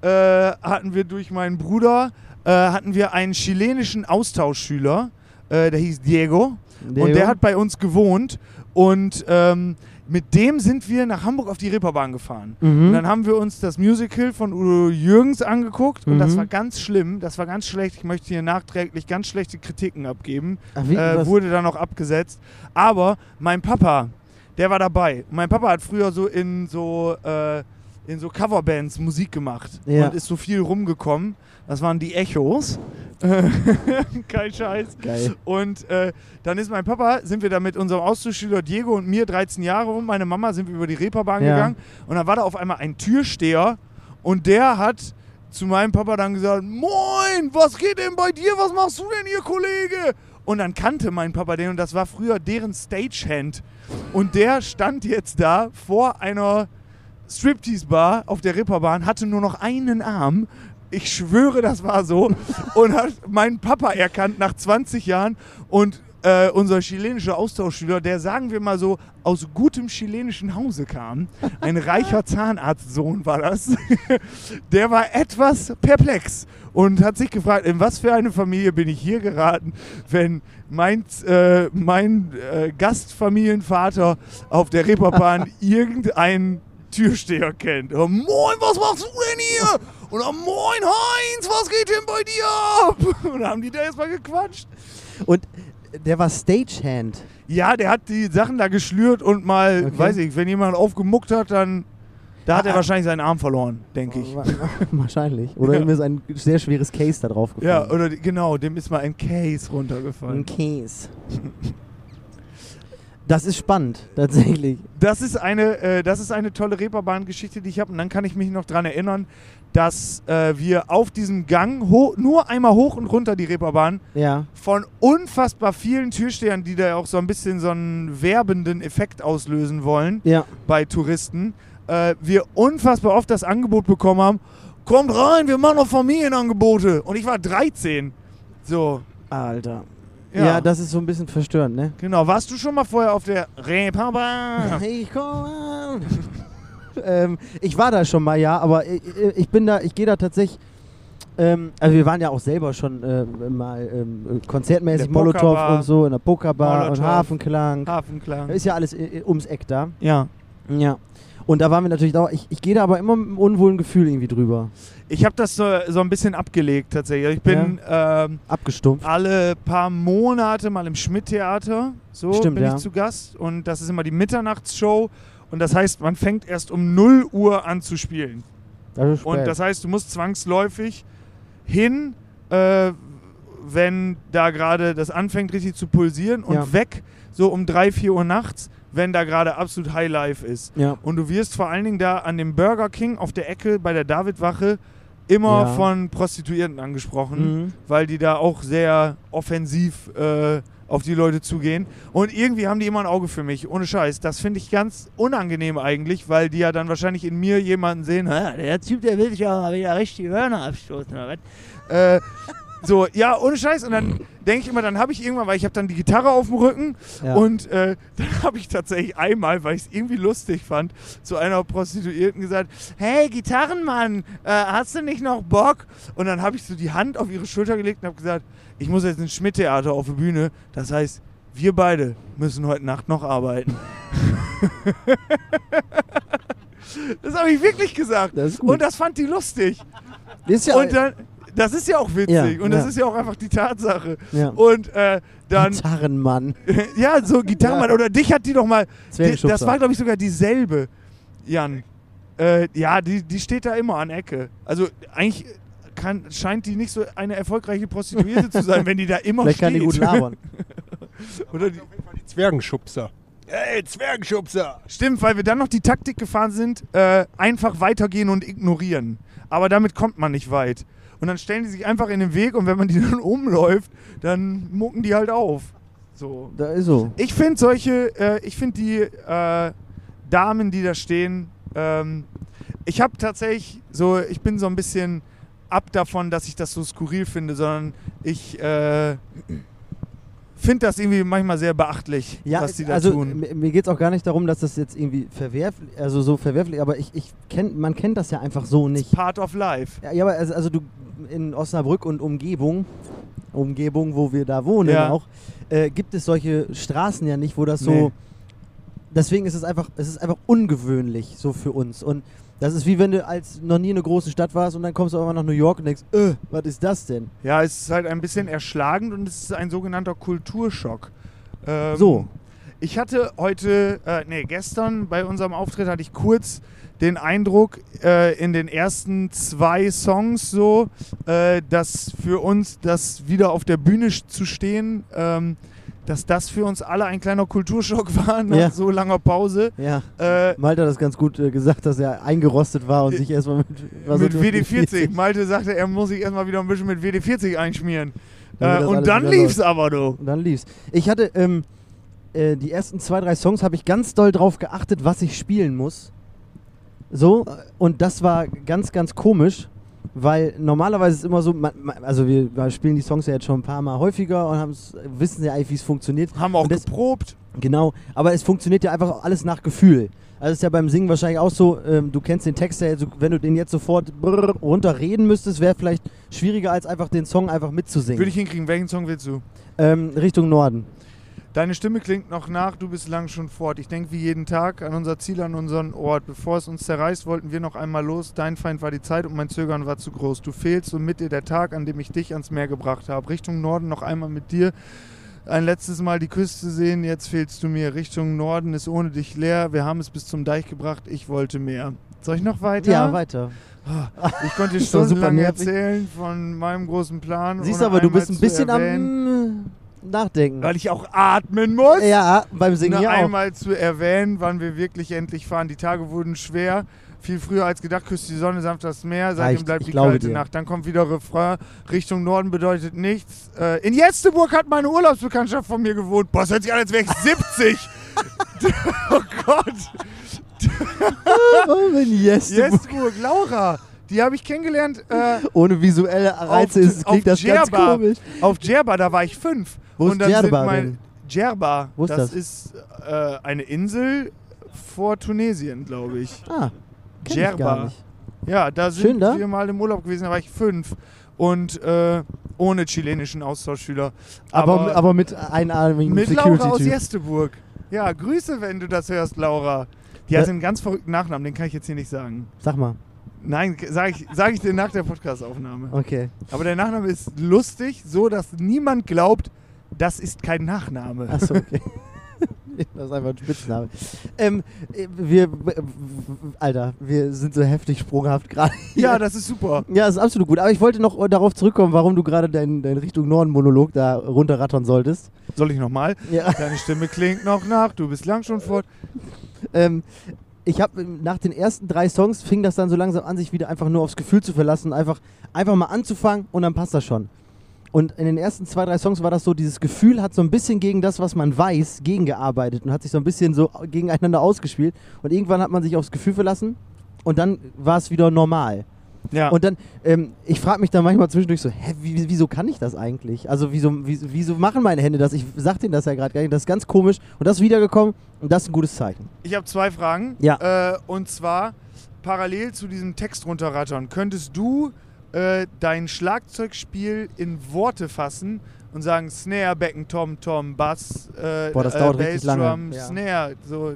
A: äh, hatten wir durch meinen Bruder, äh, hatten wir einen chilenischen Austauschschüler, äh, der hieß Diego. Und der hat bei uns gewohnt und ähm, mit dem sind wir nach Hamburg auf die Reeperbahn gefahren.
B: Mhm.
A: Und dann haben wir uns das Musical von Udo Jürgens angeguckt und
B: Mhm.
A: das war ganz schlimm, das war ganz schlecht. Ich möchte hier nachträglich ganz schlechte Kritiken abgeben.
B: Ach, wie,
A: Äh,
B: was-
A: wurde dann auch abgesetzt. Aber mein Papa, der war dabei. Und mein Papa hat früher so in so, äh, in so Coverbands Musik gemacht
B: Ja.
A: und ist so viel rumgekommen. Das waren die Echos. <laughs> Kein Scheiß.
B: Geil.
A: Und äh, dann ist mein Papa, sind wir da mit unserem Austauschschüler Diego und mir 13 Jahre und meine Mama sind wir über die Reeperbahn
B: Ja.
A: gegangen und dann war da auf einmal ein Türsteher und der hat zu meinem Papa dann gesagt, Moin, was geht denn bei dir? Was machst du denn hier, Kollege? Und dann kannte mein Papa den und das war früher deren Stagehand. Und der stand jetzt da vor einer Striptease-Bar auf der Ripperbahn, hatte nur noch einen Arm. Ich schwöre, das war so. Und hat meinen Papa erkannt nach 20 Jahren und äh, unser chilenischer Austauschschüler, der, sagen wir mal so, aus gutem chilenischen Hause kam, ein reicher Zahnarztsohn war das, <laughs> der war etwas perplex und hat sich gefragt, in was für eine Familie bin ich hier geraten, wenn mein, äh, mein äh, Gastfamilienvater auf der <laughs> Reeperbahn irgendeinen Türsteher kennt. Oh, moin, was machst du denn hier? Und oh, moin, Heinz, was geht denn bei dir ab? <laughs> Und haben die da erstmal gequatscht.
B: Und der war Stagehand.
A: Ja, der hat die Sachen da geschlürt und mal,
B: Okay.
A: weiß ich, wenn jemand aufgemuckt hat, dann. Da hat er
B: Ah.
A: wahrscheinlich seinen Arm verloren, denke
B: Oh,
A: ich.
B: <laughs> Wahrscheinlich. Oder
A: Ja.
B: ihm ist ein sehr schweres Case da drauf gefallen.
A: Ja, oder die- genau, dem ist mal ein Case runtergefallen.
B: Ein Case. <laughs> Das ist spannend, tatsächlich.
A: Das ist eine, äh, das ist eine tolle Reeperbahn-Geschichte, die ich habe. Und dann kann ich mich noch dran erinnern, dass äh, wir auf diesem Gang ho- nur einmal hoch und runter die Reeperbahn
B: Ja.
A: von unfassbar vielen Türstehern, die da auch so ein bisschen so einen werbenden Effekt auslösen wollen
B: Ja.
A: bei Touristen, äh, wir unfassbar oft das Angebot bekommen haben, kommt rein, wir machen noch Familienangebote. Und ich war 13. So,
B: Alter.
A: ja.
B: Ja. das ist so ein bisschen verstörend, ne?
A: genau, warst du schon mal vorher auf der
B: <laughs>
A: Reeperbahn?
B: Ich komme. ähm, ich war da schon mal, ja, aber ich, ich bin da, ich gehe da tatsächlich. Ähm, also wir waren ja auch selber schon äh, mal ähm, konzertmäßig
A: In der
B: Molotow
A: Pokerbar.
B: und so in der Pokerbar und
A: Molotow.
B: Hafenklang. Da
A: Hafenklang.
B: ist ja alles äh, ums Eck da.
A: Ja.
B: Ja. Und da waren wir natürlich auch. Ich, ich gehe da aber immer mit einem unwohlen Gefühl irgendwie drüber.
A: Ich habe das so, so ein bisschen abgelegt tatsächlich. Ich bin ähm,
B: Abgestumpft.
A: alle paar Monate mal im Schmidt-Theater. So
B: Stimmt,
A: bin
B: ja.
A: ich zu Gast. Und das ist immer die Mitternachtsshow. Und das heißt, man fängt erst um 0 Uhr an zu spielen.
B: Das ist
A: Und
B: spät.
A: das heißt, du musst zwangsläufig hin, äh, wenn da gerade das anfängt richtig zu pulsieren und
B: Ja.
A: weg, so um 3, 4 Uhr nachts, wenn da gerade absolut High Life ist.
B: ja.
A: Und du wirst vor allen Dingen da an dem Burger King auf der Ecke bei der Davidwache immer
B: Ja.
A: von Prostituierten angesprochen,
B: Mhm.
A: weil die da auch sehr offensiv äh, auf die Leute zugehen. Und irgendwie haben die immer ein Auge für mich, ohne Scheiß. Das finde ich ganz unangenehm eigentlich, weil die ja dann wahrscheinlich in mir jemanden sehen, "Ah, der Typ, der will sich ja mal wieder richtig die Hörner abstoßen oder was. Äh, so, ja, ohne Scheiß. Und dann denke ich immer, dann habe ich irgendwann, weil ich habe dann die Gitarre auf dem Rücken
B: Ja.
A: und äh, dann habe ich tatsächlich einmal, weil ich es irgendwie lustig fand, zu einer Prostituierten gesagt, hey Gitarrenmann, äh, hast du nicht noch Bock? Und dann habe ich so die Hand auf ihre Schulter gelegt und habe gesagt, ich muss jetzt ins Schmidt-Theater auf die Bühne. Das heißt, wir beide müssen heute Nacht noch
B: <laughs>
A: arbeiten. das habe ich wirklich gesagt.
B: Das ist gut.
A: Und das fand die lustig.
B: ist ja,
A: Und dann, das ist ja auch witzig.
B: Ja,
A: und das
B: ja.
A: ist ja auch einfach die Tatsache.
B: ja.
A: Und äh, dann, <laughs>
B: <laughs> Gitarrenmann.
A: ja, so Gitarrenmann.
B: Ja.
A: Oder dich hat die doch mal. Die,
B: Zwergenschubser.
A: das war, glaube ich, sogar dieselbe, Jan. Äh, ja, die, die steht da immer an Ecke. Also eigentlich kann, scheint die nicht so eine erfolgreiche Prostituierte zu
B: <laughs>
A: sein, wenn die da immer
B: Vielleicht
A: steht.
B: kann die gut labern.
A: <laughs> Oder die,
E: Die Zwergenschubser. Ey, Zwergenschubser!
A: stimmt, weil wir dann noch die Taktik gefahren sind, äh, einfach weitergehen und ignorieren. Aber damit kommt man nicht weit. Und dann stellen die sich einfach in den Weg und wenn man die <laughs> dann umläuft, dann mucken die halt auf. So.
B: Da ist so.
A: Ich finde solche, äh, ich finde die äh, Damen, die da stehen, ähm, ich habe tatsächlich so, ich bin so ein bisschen ab davon, dass ich das so skurril finde, sondern ich äh, finde das irgendwie manchmal sehr beachtlich,
B: Ja,
A: was die da
B: also
A: tun.
B: mir- mir geht es auch gar nicht darum, dass das jetzt irgendwie verwerflich, also so verwerflich, aber ich, ich kenn, man kennt das ja einfach so nicht.
A: Part of life.
B: Ja, ja, aber also, also du in Osnabrück und Umgebung, Umgebung, wo wir da wohnen
A: Ja.
B: auch, äh, gibt es solche Straßen ja nicht, wo das so.
A: Nee.
B: Deswegen ist es einfach, es ist einfach ungewöhnlich so für uns. Und das ist wie wenn du als noch nie in einer großen Stadt warst und dann kommst du irgendwann nach New York und denkst, äh, was ist das denn?
A: Ja, es ist halt ein bisschen erschlagend und es ist ein sogenannter Kulturschock. Ähm,
B: So.
A: Ich hatte heute, äh, nee, gestern bei unserem Auftritt hatte ich kurz den Eindruck äh, in den ersten zwei Songs so, äh, dass für uns das wieder auf der Bühne sch- zu stehen, ähm, dass das für uns alle ein kleiner Kulturschock <laughs> war nach
B: Ja.
A: so langer Pause.
B: Ja.
A: Äh,
B: Malte hat das ganz gut äh, gesagt, dass er eingerostet war und
A: Äh,
B: sich erstmal mit, was
A: mit
B: hat-
A: WD40. Malte sagte, er muss sich erstmal wieder ein bisschen mit WD40 einschmieren.
B: Damit
A: Äh,
B: das
A: und
B: alles
A: dann
B: wieder läuft.
A: lief's aber, du.
B: Und dann lief's. Ich hatte ähm, äh, die ersten zwei, drei Songs habe ich ganz doll drauf geachtet, was ich spielen muss. So, äh, und das war ganz, ganz komisch, weil normalerweise ist immer so, man, man, also wir, wir spielen die Songs ja jetzt schon ein paar Mal häufiger und haben's- wissen ja eigentlich, wie es funktioniert.
A: Haben auch
B: Und das-
A: geprobt.
B: Genau, aber es funktioniert ja einfach alles nach Gefühl. Also ist ja beim Singen wahrscheinlich auch so, ähm, du kennst den Text ja, jetzt, wenn du den jetzt sofort brrr runterreden müsstest, wäre vielleicht schwieriger als einfach den Song einfach mitzusingen.
A: Würde ich hinkriegen. Welchen Song willst du?
B: ähm, Richtung Norden.
A: Deine Stimme klingt noch nach, du bist lang schon fort. Ich denke wie jeden Tag an unser Ziel, an unseren Ort. Bevor es uns zerreißt, wollten wir noch einmal los. Dein Feind war die Zeit und mein Zögern war zu groß. Du fehlst und mit dir der Tag, an dem ich dich ans Meer gebracht habe. Richtung Norden noch einmal mit dir. Ein letztes Mal die Küste sehen, jetzt fehlst du mir. Richtung Norden ist ohne dich leer. Wir haben es bis zum Deich gebracht, ich wollte mehr. Soll ich noch weiter?
B: Ja, weiter.
A: Ich konnte dir
B: <laughs> Ist doch super
A: stundenlang
B: nervig.
A: erzählen von meinem großen Plan.
B: Siehst du
A: ohne
B: aber, du
A: einmal
B: bist ein
A: zu
B: bisschen
A: erwähnen-
B: am äh, Nachdenken.
A: Weil ich auch atmen muss.
B: Ja, beim Singen
A: Nur
B: ja auch.
A: einmal zu erwähnen, wann wir wirklich endlich fahren. Die Tage wurden schwer. Viel früher als gedacht küsst die Sonne sanft das Meer. Seitdem
B: ich-
A: bleibt
B: ich
A: die
B: glaube
A: kalte
B: dir.
A: Nacht. Dann kommt wieder Refrain. Richtung Norden bedeutet nichts. Äh, in Jetzeburg hat meine Urlaubsbekanntschaft von mir gewohnt. Boah, es hört sich an, als wäre ich
B: <laughs>
A: 70. <laughs> oh Gott.
B: Oh, wenn yes, du-
A: Jetzeburg, Laura. Die habe ich kennengelernt äh,
B: Ohne visuelle Reize ist,
A: auf
B: klingt das ganz
A: Djerba.
B: komisch.
A: auf Djerba. Da war ich fünf.
B: Wo ist
A: Und dann sind
B: Djerba
A: mein-
B: denn?
A: Djerba.
B: Wo ist
A: das
B: das?
A: ist äh, eine Insel vor Tunesien, glaube ich.
B: Ah, kenn ich gar
A: Djerba.
B: nicht.
A: Ja, da sind
B: Schön da?
A: wir mal im Urlaub gewesen, da war ich fünf. Und äh, ohne chilenischen Austauschschüler.
B: Aber, aber, mit einarmigen
A: mit
B: Security-Typ.
A: Laura aus Jesteburg. Ja, Grüße, wenn du das hörst, Laura. Die hat
B: Da-
A: einen ganz verrückten Nachnamen, den kann ich jetzt hier nicht sagen.
B: Sag mal,
A: Nein, sage ich, sag ich dir nach der Podcastaufnahme.
B: okay.
A: Aber der Nachname ist lustig, so dass niemand glaubt, das ist kein Nachname.
B: Achso, okay. <laughs> Das ist einfach ein Spitzname. Ähm, äh, wir, äh, Alter, wir sind so heftig sprunghaft gerade.
A: Ja, das ist super.
B: Ja, das ist absolut gut. Aber ich wollte noch äh, darauf zurückkommen, warum du gerade deinen dein Richtung Norden-Monolog da runterrattern solltest.
A: Soll ich nochmal?
B: Ja.
A: Deine Stimme klingt noch nach, du bist lang schon fort.
B: Ähm, ich habe nach den ersten drei Songs fing das dann so langsam an, sich wieder einfach nur aufs Gefühl zu verlassen, einfach, einfach mal anzufangen und dann passt das schon. Und in den ersten zwei, drei Songs war das so, dieses Gefühl hat so ein bisschen gegen das, was man weiß, gegengearbeitet und hat sich so ein bisschen so gegeneinander ausgespielt. Und irgendwann hat man sich aufs Gefühl verlassen und dann war es wieder normal.
A: Ja.
B: Und dann, ähm, ich frage mich dann manchmal zwischendurch so, hä, wie, wieso kann ich das eigentlich? Also wieso, wieso, wieso machen meine Hände das? Ich sag denen das ja gerade gar nicht, das ist ganz komisch. Und das ist wiedergekommen und das ist ein gutes Zeichen.
A: Ich habe zwei Fragen.
B: Ja.
A: Äh, und zwar parallel zu diesem Text runterrattern. Könntest du äh, dein Schlagzeugspiel in Worte fassen und sagen Snare, Becken, Tom, Tom, Bass, äh,
B: Boah, das
A: äh,
B: dauert
A: Bass,
B: richtig lange.
A: Drum,
B: Ja.
A: Snare, so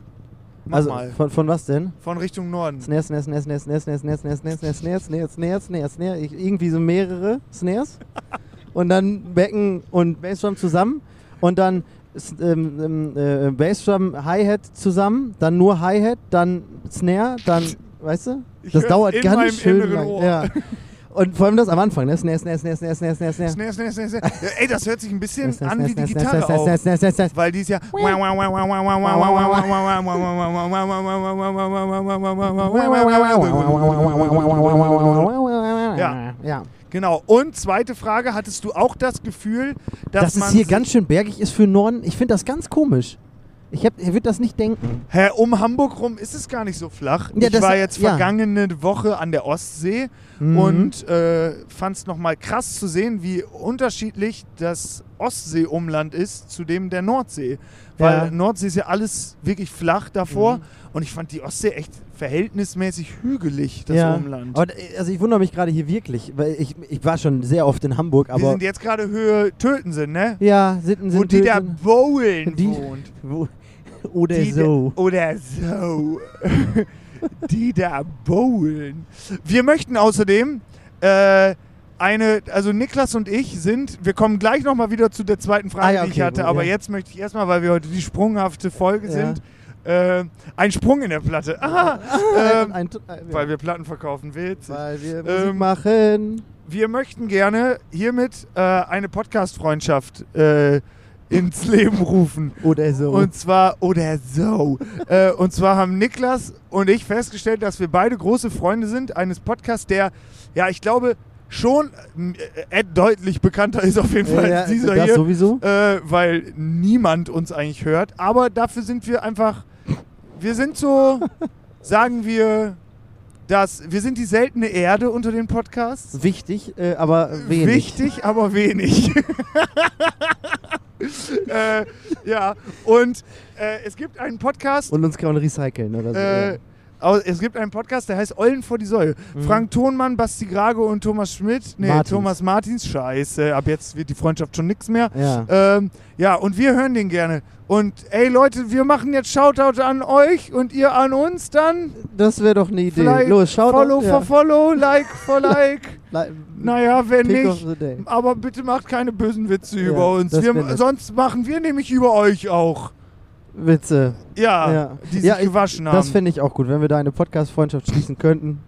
A: mach
B: Also
A: mal.
B: von, von was denn?
A: Von Richtung Norden.
B: Snares, Snares, Snares, Snares, Snares, Snares, Snares, Snares, Snares, Snares, Snares, Snares, Snares, Snares, Ich- irgendwie so mehrere
A: <laughs>
B: Snares und dann Becken und Bassdrum zusammen und dann s- ähm, ähm, äh, Bassdrum, Hi-Hat zusammen, dann nur Hi-Hat, dann Snare, dann, weißt du?
A: Ich
B: Das
A: hör's
B: dauert
A: in meinem
B: ganz schön
A: inneren
B: lang.
A: Ohr. <laughs>
B: Ja. Und vor allem das am Anfang, ne? Snares, Snares, Snares, Snares, Snares, Snares. Snares,
A: Snare, Snare, Snare, Snare. Äh, Ey, das hört sich ein bisschen
B: Snares,
A: an wie die
B: Snares,
A: Gitarre
B: Snares,
A: auch.
B: Snares, Snares, Snares, Snares.
A: Weil die ist ja. Ja.
B: Ja.
A: Genau. Und zweite Frage: Hattest du auch das Gefühl, dass
B: Dass es
A: man
B: hier
A: sich-
B: ganz schön bergig ist für den Norden, ich finde das ganz komisch. Ich, hab- ich würde das nicht denken.
A: Hä, um Hamburg rum ist es gar nicht so flach.
B: Ja,
A: ich
B: das-
A: war jetzt
B: ja.
A: vergangene Woche an der Ostsee
B: Mhm.
A: und äh, fand es nochmal krass zu sehen, wie unterschiedlich das Ostseeumland ist zu dem der Nordsee. Weil
B: Ja. Mhm.
A: Nordsee ist ja alles wirklich flach davor und ich fand die Ostsee echt verhältnismäßig hügelig, das Umland.
B: Aber, äh, also ich wundere mich gerade hier wirklich, weil ich, ich war schon sehr oft in Hamburg,
A: Wir
B: aber.
A: sind jetzt gerade Höhe Tötensinn, ne?
B: ja, Sitten sind
A: Wo die der
B: Töten-
A: Bowen
B: Die-
A: wohnt.
B: wo- Oder
A: Die
B: so.
A: da- Oder so. <laughs> die da bowlen. Wir möchten außerdem äh, eine, also Niklas und ich sind, wir kommen gleich nochmal wieder zu der zweiten Frage,
B: Ah ja,
A: die ich
B: okay,
A: hatte,
B: gut,
A: aber
B: ja.
A: jetzt möchte ich erstmal, weil wir heute die sprunghafte Folge
B: Ja.
A: sind, äh, ein Sprung in der Platte.
B: <laughs>
A: Aha, ähm,
B: ein, ein,
A: weil wir Platten verkaufen, willst.
B: weil wir Musik
A: ähm,
B: machen.
A: Wir möchten gerne hiermit äh, eine Podcast-Freundschaft äh, ins Leben rufen.
B: Oder so.
A: Und zwar, oder
B: <laughs>
A: so. äh, und zwar haben Niklas und ich festgestellt, dass wir beide große Freunde sind eines Podcasts, der, ja, ich glaube, schon äh, äh, deutlich bekannter ist auf jeden Fall
B: ja,
A: als dieser
B: das
A: hier,
B: sowieso.
A: äh, weil niemand uns eigentlich hört.
B: <laughs>
A: Aber dafür sind wir einfach, wir sind so, sagen wir, dass wir sind die seltene Erde unter den Podcasts.
B: Wichtig, äh, aber wenig.
A: Wichtig, aber wenig. <laughs> äh, ja, und äh, es gibt einen Podcast,
B: Und uns kann man recyceln oder so.
A: äh,
B: ja. Mhm.
A: au- es gibt einen Podcast, der heißt Eulen vor die Säule. Frank Thonmann, Basti Grage und Thomas Schmidt. Nee,
B: Martins.
A: Thomas Martins, scheiße. Ab jetzt wird die Freundschaft schon nix mehr.
B: Ja.
A: Ähm, ja, und wir hören den gerne. Und ey Leute, wir machen jetzt Shoutout an euch und ihr an uns dann.
B: Das wäre doch eine Idee.
A: Vielleicht
B: Los, schaut
A: follow
B: ja.
A: for follow, like for
B: <laughs>
A: like. naja, wenn
B: Pick of
A: nicht,
B: the day.
A: aber bitte macht keine bösen Witze
B: Ja,
A: über uns.
B: das
A: Wir,
B: wär nett.
A: sonst machen wir nämlich über euch auch.
B: Witze.
A: Ja,
B: Ja.
A: die sich
B: Ja, ich-
A: gewaschen haben.
B: Das fände ich auch gut, wenn wir da eine Podcast-Freundschaft schließen könnten.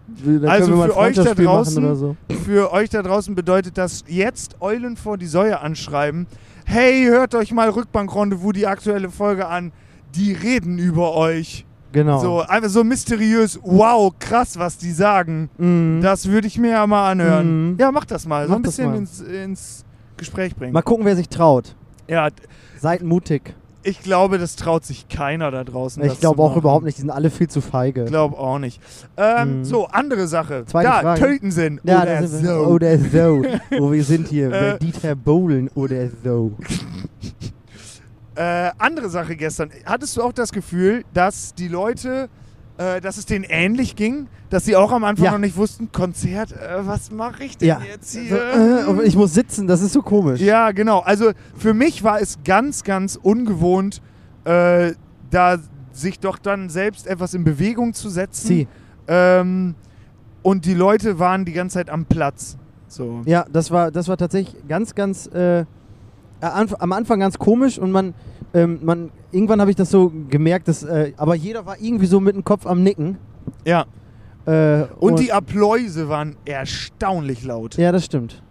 A: Also
B: Dann können wir mal ein
A: für euch da
B: Freundschaftsspiel
A: draußen,
B: machen oder so.
A: Für euch da draußen bedeutet das jetzt Eulen vor die Säue anschreiben. Hey, hört euch mal Rückbank-Rendezvous die aktuelle Folge an. Die reden über euch.
B: Genau.
A: So, einfach so mysteriös. Wow, krass, was die sagen.
B: Mhm.
A: Das würde ich mir ja mal anhören.
B: Mhm.
A: Ja, macht das mal. so
B: Macht
A: ein
B: das
A: bisschen
B: mal.
A: ins, ins Gespräch bringen.
B: Mal gucken, wer sich traut.
A: ja,
B: Seid mutig.
A: ich glaube, das traut sich keiner da draußen.
B: Ich
A: das
B: glaube
A: zu
B: auch
A: machen.
B: überhaupt nicht, die sind alle viel zu feige.
A: Ich glaube auch nicht. Ähm,
B: Mhm.
A: So, andere Sache.
B: Zweite
A: da,
B: Frage.
A: Töltensinn.
B: Ja,
A: oder
B: da sind wir.
A: oh,
B: Oh,
A: so.
B: Oder so.
A: <laughs>
B: Wo wir sind hier.
A: Äh.
B: Bei Dieter Bohlen oder oh, so.
A: Äh, andere Sache gestern. Hattest du auch das Gefühl, dass die Leute, äh, dass es denen ähnlich ging, dass sie auch am Anfang
B: Ja.
A: noch nicht wussten, Konzert, äh, was mache ich denn
B: Ja.
A: jetzt
B: So,
A: hier?
B: äh, ich muss sitzen, das ist so komisch.
A: ja, genau. Also für mich war es ganz, ganz ungewohnt, äh, da sich doch dann selbst etwas in Bewegung zu setzen.
B: Sie.
A: Ähm, und die Leute waren die ganze Zeit am Platz. So.
B: Ja, das war, das war tatsächlich ganz, ganz äh, anf- am Anfang ganz komisch und man, ähm, man irgendwann habe ich das so gemerkt, dass äh, aber jeder war irgendwie so mit dem Kopf am Nicken.
A: Ja.
B: Äh,
A: Und die Appläuse waren erstaunlich laut.
B: Ja, das stimmt.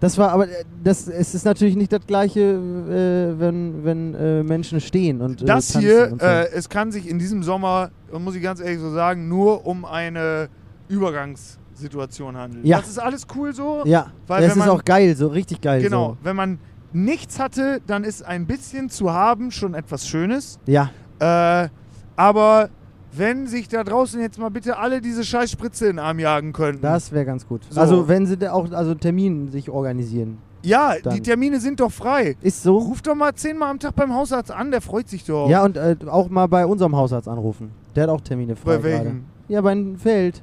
B: Das war aber äh, das es ist natürlich nicht das gleiche, äh, wenn, wenn äh, Menschen stehen und äh,
A: das
B: tanzen
A: hier,
B: und so.
A: äh, es kann sich in diesem Sommer, muss ich ganz ehrlich so sagen, nur um eine Übergangssituation handeln.
B: Ja.
A: Das ist alles cool so.
B: ja, also
A: weil
B: es
A: wenn
B: ist
A: man-
B: auch geil, so richtig geil.
A: genau. Wenn man nichts hatte, dann ist ein bisschen zu haben schon etwas Schönes.
B: So. Ja,
A: Äh, aber wenn sich da draußen jetzt mal bitte alle diese Scheißspritze in den Arm jagen könnten.
B: das wäre ganz gut.
A: So.
B: Also wenn sie da auch also Termin sich organisieren,
A: ja, die
B: dann-
A: Termine sind doch frei.
B: ist so.
A: Ruf doch mal zehnmal am Tag beim Hausarzt an, der freut sich doch.
B: Ja, und äh, auch mal bei unserem Hausarzt anrufen. Der hat auch Termine frei.
A: Bei
B: gerade.
A: wem?
B: Ja, bei einem Feld.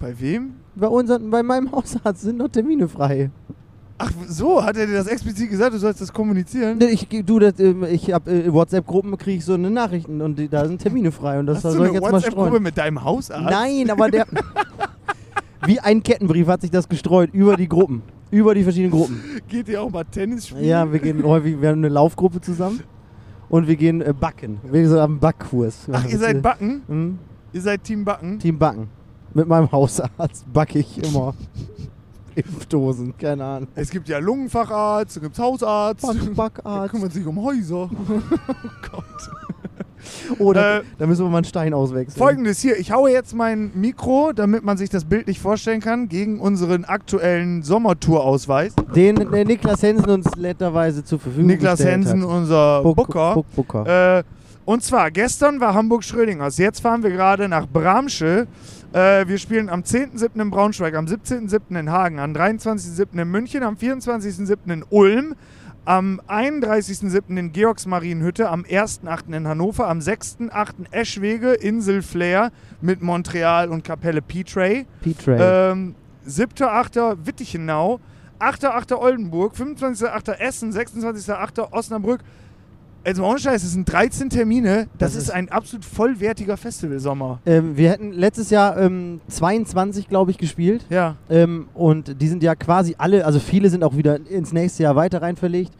A: Bei wem?
B: Bei, unseren, bei meinem <laughs> Hausarzt sind noch Termine frei.
A: Ach so, hat er dir das explizit gesagt, du sollst das kommunizieren?
B: Nee, Ich, du, das, ähm, ich habe äh, WhatsApp-Gruppen, kriege ich so eine Nachrichten und die- da sind Termine frei und das
A: Hast
B: da
A: du
B: soll ich
A: eine
B: jetzt mal streuen.
A: WhatsApp-Gruppe mit deinem Hausarzt?
B: Nein, aber der. <laughs> wie ein Kettenbrief hat sich das gestreut über die Gruppen. Über die verschiedenen Gruppen.
A: Geht ihr auch mal Tennis spielen?
B: Ja, wir gehen häufig, wir haben eine Laufgruppe zusammen und wir gehen äh, backen. Wir sind am Backkurs.
A: Ach, ihr seid Backen?
B: Hm?
A: Ihr seid Team Backen?
B: Team Backen. Mit meinem Hausarzt backe ich
A: <laughs>
B: immer Impfdosen, keine Ahnung.
A: Es gibt ja Lungenfacharzt, dann gibt's Hausarzt.
B: Back,
A: Der
B: Backarzt.
A: kümmert sich um Häuser.
B: Oder
A: Äh,
B: da müssen wir mal einen Stein auswechseln.
A: Folgendes hier, ich haue jetzt mein Mikro, damit man sich das bildlich vorstellen kann, gegen unseren aktuellen Sommertour-Ausweis.
B: Den äh, Niklas Hensen uns letterweise zur Verfügung
A: Niklas
B: gestellt
A: Hensen,
B: hat.
A: unser
B: Book-
A: Booker.
B: Book- Booker.
A: Äh, und zwar, gestern war Hamburg Schrödingers. Jetzt fahren wir gerade nach Bramsche. Äh, wir spielen am 10.7. in Braunschweig, am 17.7. in Hagen, am 23.7. in München, am 24.7. in Ulm, am 31.7. in Georgsmarienhütte, am 1.8. in Hannover, am 6.8. Eschwege, Insel Flair mit Montreal und Kapelle P-Tray.
B: P-Train.
A: Ähm, 7.8. Wittichenau, 8.8. Oldenburg, 25.8. Essen, 26.8. Osnabrück. Also mal ohne Scheiß, das sind 13 Termine. Das,
B: Das
A: ist
B: ist-
A: ein absolut vollwertiger Festivalsommer.
B: ähm, wir hätten letztes Jahr ähm, 22, glaube ich, gespielt.
A: Ja.
B: Ähm, und die sind ja quasi alle, also viele sind auch wieder ins nächste Jahr weiter rein verlegt,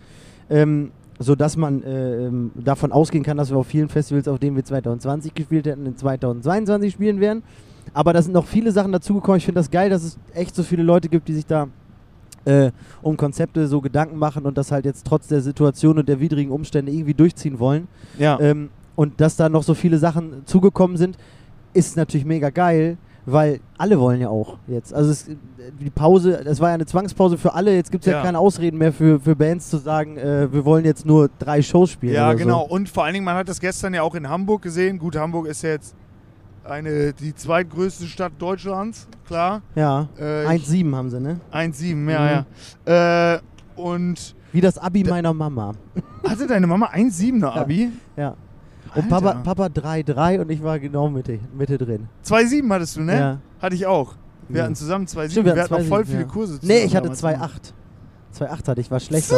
B: ähm, sodass man äh, ähm, davon ausgehen kann, dass wir auf vielen Festivals, auf denen wir 2020 gespielt hätten, in 2022 spielen werden. Aber da sind noch viele Sachen dazugekommen. Ich finde das geil, dass es echt so viele Leute gibt, die sich da äh, um Konzepte so Gedanken machen und das halt jetzt trotz der Situation und der widrigen Umstände irgendwie durchziehen wollen.
A: Ja.
B: Ähm, und dass da noch so viele Sachen zugekommen sind, ist natürlich mega geil, weil alle wollen ja auch jetzt. Also es, die Pause, es war ja eine Zwangspause für alle, jetzt gibt es ja.
A: Ja.
B: keine Ausreden mehr für, für Bands zu sagen, äh, wir wollen jetzt nur drei Shows spielen.
A: ja,
B: oder
A: genau.
B: So.
A: Und vor allen Dingen, man hat das gestern ja auch in Hamburg gesehen. Gut, Hamburg ist ja jetzt eine, die zweitgrößte Stadt Deutschlands, klar.
B: Ja.
A: Äh,
B: 1,7 haben sie, ne?
A: 1,7, ja, ja. Äh, und
B: Wie das Abi meiner Mama.
A: hatte deine Mama 1,7er
B: Ja.
A: Abi?
B: Ja. Und Papa,
A: Alter.
B: Papa 3,3 und ich war genau Mitte, Mitte drin.
A: 2,7 hattest du, ne?
B: Ja.
A: Hatte ich auch. Wir
B: Ja.
A: hatten zusammen 2,7.
B: Stimmt,
A: wir, hatten auch
B: 2,7,
A: voll viele
B: ja.
A: Kurse zusammen.
B: Nee, ich hatte
A: damals. ne?
B: 2,8. 2,8 hatte ich, war schlechter.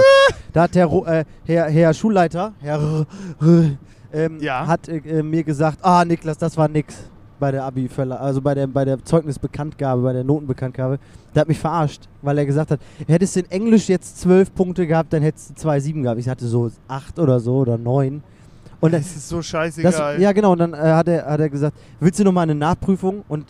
B: da hat der Ro- äh, Herr, Herr Schulleiter, Herr R- R- ähm,
A: Ja.
B: hat äh, äh, mir gesagt, ah Niklas, das war nix bei der abi also bei der, bei der Zeugnisbekanntgabe, bei der Notenbekanntgabe. Der hat mich verarscht, weil er gesagt hat, hättest du in Englisch jetzt 12 Punkte gehabt, dann hättest du 2,7 gehabt. Ich hatte so 8 oder so oder 9. Und das,
A: Das ist so scheißegal.
B: Das, ja, genau. Und dann äh, hat, er, hat er gesagt, willst du nochmal eine Nachprüfung? Und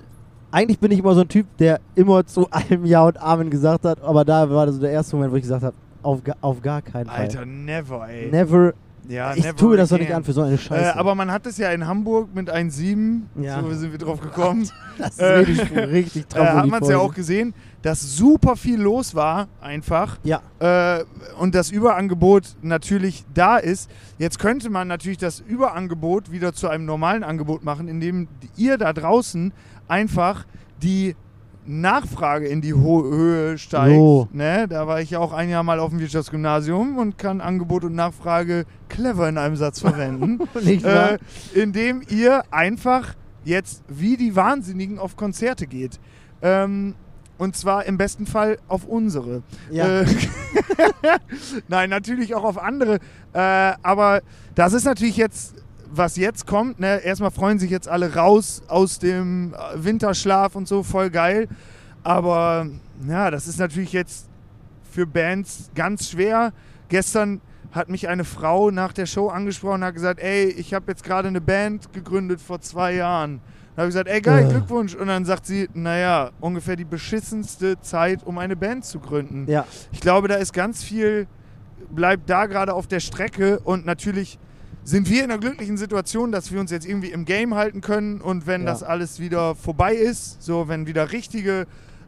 B: eigentlich bin ich immer so ein Typ, der immer zu <laughs> allem Ja und Amen gesagt hat. Aber da war das so der erste Moment, wo ich gesagt habe, auf, ga- auf gar keinen Fall.
A: Alter, never, ey.
B: Never.
A: ja,
B: Ne- ich
A: never
B: tue mir das doch nicht
A: again.
B: an für so eine
A: Äh,
B: Scheiße.
A: aber man hat es ja in Hamburg mit 1,7,
B: Ja.
A: so sind wir drauf
B: <laughs>
A: gekommen,
B: das ist
A: äh,
B: richtig, richtig
A: äh,
B: traurig.
A: hat man es ja auch gesehen, dass super viel los war einfach
B: Ja, <laughs>
A: äh, und das Überangebot natürlich da ist. Jetzt könnte man natürlich das Überangebot wieder zu einem normalen Angebot machen, indem ihr da draußen einfach die Nachfrage in die Ho Höhe steigt.
B: So.
A: Ne? Da war ich ja auch ein Jahr mal auf dem Wirtschaftsgymnasium und kann Angebot und Nachfrage clever in einem Satz verwenden.
B: nicht wahr?
A: äh, indem ihr einfach jetzt wie die Wahnsinnigen auf Konzerte geht. Ähm, und zwar im besten Fall auf unsere.
B: ja.
A: Äh, <laughs> Nein, natürlich auch auf andere. Äh, aber das ist natürlich jetzt, was jetzt kommt. Ne? Erstmal freuen sich jetzt alle raus aus dem äh, Winterschlaf und so, voll geil. Aber ja, das ist natürlich jetzt für Bands ganz schwer. Gestern hat mich eine Frau nach der Show angesprochen und hat gesagt, ey, ich habe jetzt gerade eine Band gegründet vor zwei Jahren. Da habe ich gesagt, ey, geil,
B: Äh.
A: Glückwunsch. Und dann sagt sie, naja, ungefähr die beschissenste Zeit, um eine Band zu gründen.
B: ja.
A: Ich glaube, da ist ganz viel, bleibt da gerade auf der Strecke und natürlich sind wir in einer glücklichen Situation, dass wir uns jetzt irgendwie im Game halten können und wenn
B: Ja.
A: das alles wieder vorbei ist, so wenn wieder richtige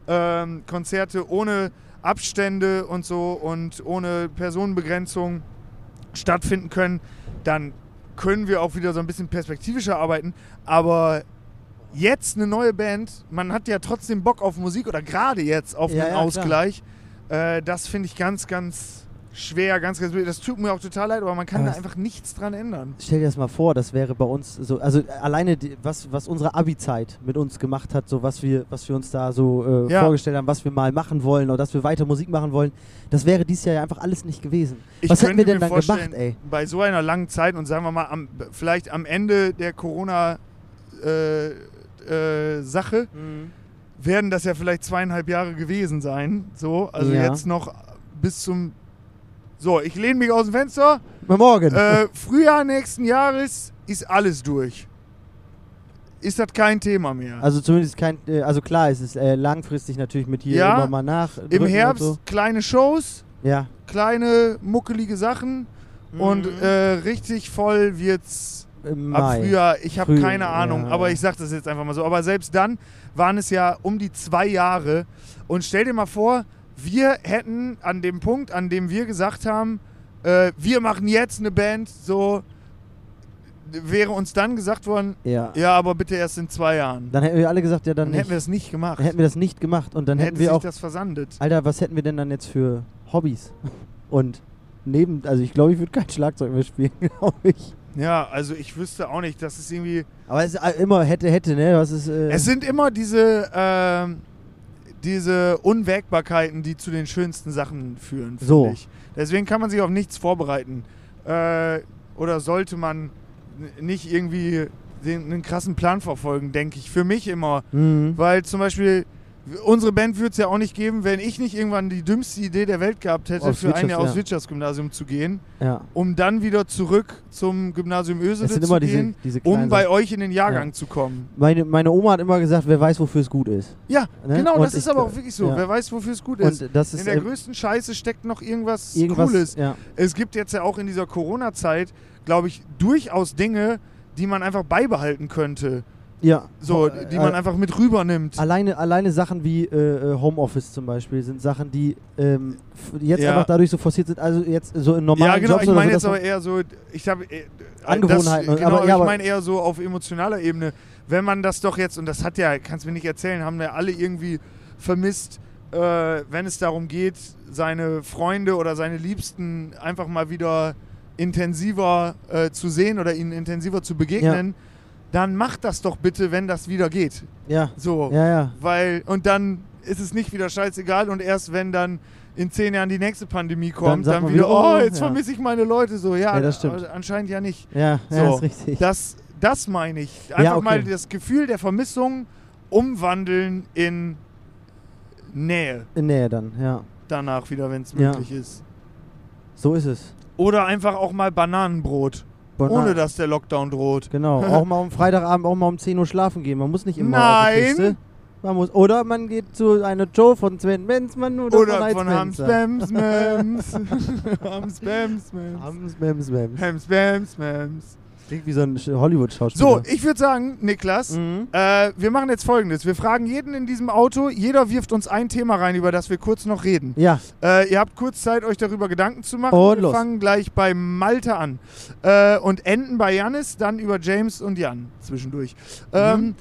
A: ähm, Konzerte ohne Abstände und so und ohne Personenbegrenzung stattfinden können, dann können wir auch wieder so ein bisschen perspektivischer arbeiten. Aber jetzt eine neue Band, man hat ja trotzdem Bock auf Musik oder gerade jetzt auf
B: Ja,
A: einen
B: ja, klar.
A: Ausgleich. Äh, das finde ich ganz, ganz schwer, ganz, ganz blöd. Das tut mir auch total leid, aber man kann
B: Aber
A: da
B: es-
A: einfach nichts dran ändern.
B: Stell dir das mal vor, das wäre bei uns so, also alleine die, was, was unsere Abi-Zeit mit uns gemacht hat, so was wir, was wir uns da so äh,
A: Ja.
B: vorgestellt haben, was wir mal machen wollen oder dass wir weiter Musik machen wollen, das wäre dieses Jahr ja einfach alles nicht gewesen.
A: Ich
B: was hätten
A: könnte
B: wir denn
A: mir
B: dann
A: vorstellen,
B: gemacht, ey?
A: Bei so einer langen Zeit und sagen wir mal, am, vielleicht am Ende der Corona-Sache
B: Mhm.
A: werden das ja vielleicht zweieinhalb Jahre gewesen sein. So, also
B: Ja.
A: jetzt noch bis zum. So, ich lehne mich aus dem Fenster.
B: Mal morgen.
A: Äh, Frühjahr nächsten Jahres ist alles durch. Ist das kein Thema mehr.
B: <laughs> also zumindest kein, äh, also klar, es ist äh, langfristig natürlich mit hier
A: Ja,
B: immer mal nach. drücken
A: Im
B: und
A: Herbst
B: So.
A: kleine Shows,
B: Ja.
A: kleine muckelige Sachen und äh, richtig voll wird's
B: Im
A: ab
B: Mai.
A: Frühjahr. Ich habe
B: Früh-
A: keine Ahnung,
B: ja,
A: aber
B: ja.
A: ich sag das jetzt einfach mal so. Aber selbst dann waren es ja um die zwei Jahre. Und stell dir mal vor, wir hätten an dem Punkt, an dem wir gesagt haben, äh, wir machen jetzt eine Band, so wäre uns dann gesagt worden,
B: Ja.
A: ja, aber bitte erst in zwei Jahren.
B: Dann hätten wir alle gesagt, ja, dann,
A: Dann
B: nicht.
A: hätten wir das nicht gemacht.
B: dann hätten wir das nicht gemacht und dann hätten,
A: Hätte
B: wir
A: sich
B: auch
A: das versandet.
B: Alter, was hätten wir denn dann jetzt für Hobbys? <laughs> Und neben, also ich glaube, ich würde kein Schlagzeug mehr spielen, <laughs> glaube ich.
A: Ja, also ich wüsste auch nicht, das ist irgendwie.
B: Aber es ist all- immer hätte, hätte, ne? Was ist, äh,
A: Es sind immer diese, ähm, diese Unwägbarkeiten, die zu den schönsten Sachen führen, finde
B: So.
A: ich. Deswegen kann man sich auf nichts vorbereiten. Äh, oder sollte man n- nicht irgendwie den, einen krassen Plan verfolgen, denke ich. Für mich immer.
B: Mhm.
A: Weil zum Beispiel. w- Unsere Band würde es ja auch nicht geben, wenn ich nicht irgendwann die dümmste Idee der Welt gehabt hätte,
B: Aufs
A: für ein Jahr
B: Wirtschafts-
A: aufs
B: ja.
A: Wirtschaftsgymnasium zu gehen,
B: Ja.
A: um dann wieder zurück zum Gymnasium
B: Es
A: Ösede
B: sind
A: zu
B: immer diese,
A: gehen,
B: diese kleinen
A: um bei
B: Sachen.
A: euch in den Jahrgang zu kommen.
B: meine, meine Oma hat immer gesagt, wer weiß, wofür es gut ist.
A: Ja,
B: Ne?
A: genau,
B: Und
A: das ist
B: ich-
A: aber auch wirklich so.
B: ja.
A: Wer weiß, wofür es gut ist.
B: Und das ist
A: in der
B: äh,
A: größten Scheiße steckt noch irgendwas,
B: irgendwas.
A: Cooles.
B: Ja.
A: Es gibt jetzt ja auch in dieser Corona-Zeit, glaube ich, durchaus Dinge, die man einfach beibehalten könnte.
B: Ja.
A: so,
B: Äh,
A: die man
B: äh,
A: einfach mit rübernimmt.
B: Alleine, alleine Sachen wie äh, äh, Homeoffice zum Beispiel sind Sachen, die ähm, f- jetzt
A: Ja.
B: einfach dadurch so forciert sind, also jetzt so in normalen
A: Ja, genau,
B: Jobs
A: ich
B: oder
A: meine
B: so,
A: jetzt
B: dass
A: aber
B: man-
A: eher so, ich habe äh,
B: Angewohnheiten
A: Das,
B: und-
A: genau,
B: aber-
A: aber,
B: ja,
A: ich
B: aber-
A: meine eher so auf emotionaler Ebene, wenn man das doch jetzt und das hat ja, kannst mir nicht erzählen, haben ja alle irgendwie vermisst, äh, wenn es darum geht, seine Freunde oder seine Liebsten einfach mal wieder intensiver äh, zu sehen oder ihnen intensiver zu begegnen, dann macht das doch bitte, wenn das wieder geht.
B: ja,
A: So,
B: ja, ja.
A: weil und dann ist es nicht wieder scheißegal und erst wenn dann in zehn Jahren die nächste Pandemie
B: Dann
A: kommt,
B: sagt
A: dann,
B: man
A: wieder,
B: wieder,
A: oh,
B: oh,
A: jetzt
B: ja.
A: vermisse ich meine Leute so. Ja,
B: Ja, das stimmt.
A: aber anscheinend ja nicht.
B: Ja, ja
A: So.
B: <laughs> ist richtig.
A: Das, das meine ich. Einfach
B: okay.
A: mal das Gefühl der Vermissung umwandeln in Nähe
B: In Nähe dann, ja.
A: danach wieder, wenn es
B: Ja.
A: möglich ist.
B: So ist es.
A: Oder einfach auch mal Bananenbrot,
B: Bonan-
A: ohne dass der Lockdown droht. <laughs>
B: Genau, auch mal am Freitagabend, auch mal um 10 Uhr schlafen gehen. Man muss nicht immer auf die
A: Nein.
B: Kiste. Man muss, oder man geht zu einer Show von Sven Benzmann oder,
A: Oder
B: von
A: von Hams
B: Heizmenzer.
A: Bams <laughs> Mams. Hams Bams Mams.
B: Hams Bams Bams.
A: Hams Bams Mams.
B: Klingt wie so ein Sch-
A: So,
B: Hollywood-Schauspieler.
A: ich würde sagen, Niklas,
B: Mhm.
A: äh, wir machen jetzt folgendes. Wir fragen jeden in diesem Auto, jeder wirft uns ein Thema rein, über das wir kurz noch reden.
B: Ja,
A: Äh, ihr habt kurz Zeit, euch darüber Gedanken zu machen.
B: Und
A: wir
B: los.
A: fangen gleich bei Malte an äh, und enden bei Janis, dann über James und Jan zwischendurch.
B: Mhm.
A: Ähm,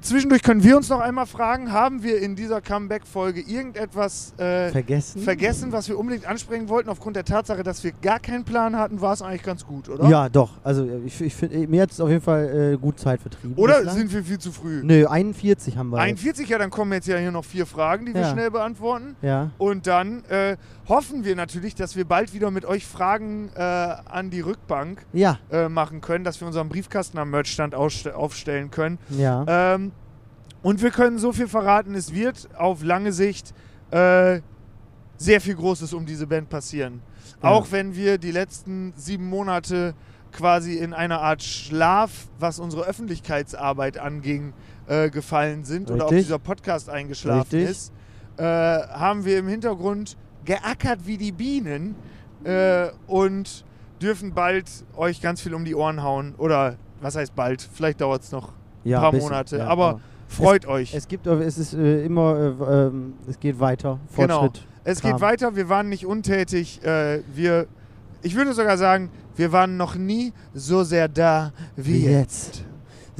A: Zwischendurch können wir uns noch einmal fragen, haben wir in dieser Comeback-Folge irgendetwas äh,
B: vergessen.
A: vergessen, was wir unbedingt ansprechen wollten? Aufgrund der Tatsache, dass wir gar keinen Plan hatten, war es eigentlich ganz gut, oder?
B: Ja, doch. Also ich, ich finde, mir hat es auf jeden Fall äh, gut Zeit vertrieben.
A: Oder
B: bislang.
A: sind wir viel zu früh?
B: Nö, 41 haben wir. jetzt.
A: 41, ja, dann kommen jetzt ja hier noch vier Fragen, die wir
B: Ja.
A: schnell beantworten.
B: Ja.
A: Und dann äh, hoffen wir natürlich, dass wir bald wieder mit euch Fragen äh, an die Rückbank
B: Ja,
A: äh, machen können, dass wir unseren Briefkasten am Merchstand ausste- aufstellen können.
B: ja.
A: Ähm, und wir können so viel verraten, es wird auf lange Sicht äh, sehr viel Großes um diese Band passieren.
B: Ja.
A: Auch wenn wir die letzten sieben Monate quasi in einer Art Schlaf, was unsere Öffentlichkeitsarbeit anging, äh, gefallen sind oder auch
B: Richtig.
A: dieser Podcast eingeschlafen
B: Richtig.
A: ist, äh, haben wir im Hintergrund geackert wie die Bienen äh, und dürfen bald euch ganz viel um die Ohren hauen. Oder was heißt bald? Vielleicht dauert es noch
B: ja,
A: paar
B: bisschen,
A: Monate,
B: ja, genau.
A: aber Freut euch. Es,
B: es gibt, es ist äh, immer, äh, w- ähm, es geht weiter.
A: Genau.
B: Fortschritt.
A: geht
B: kam.
A: weiter, wir waren nicht untätig. Äh, wir, ich würde sogar sagen, wir waren noch nie so sehr da wie
B: Wie
A: jetzt.
B: jetzt.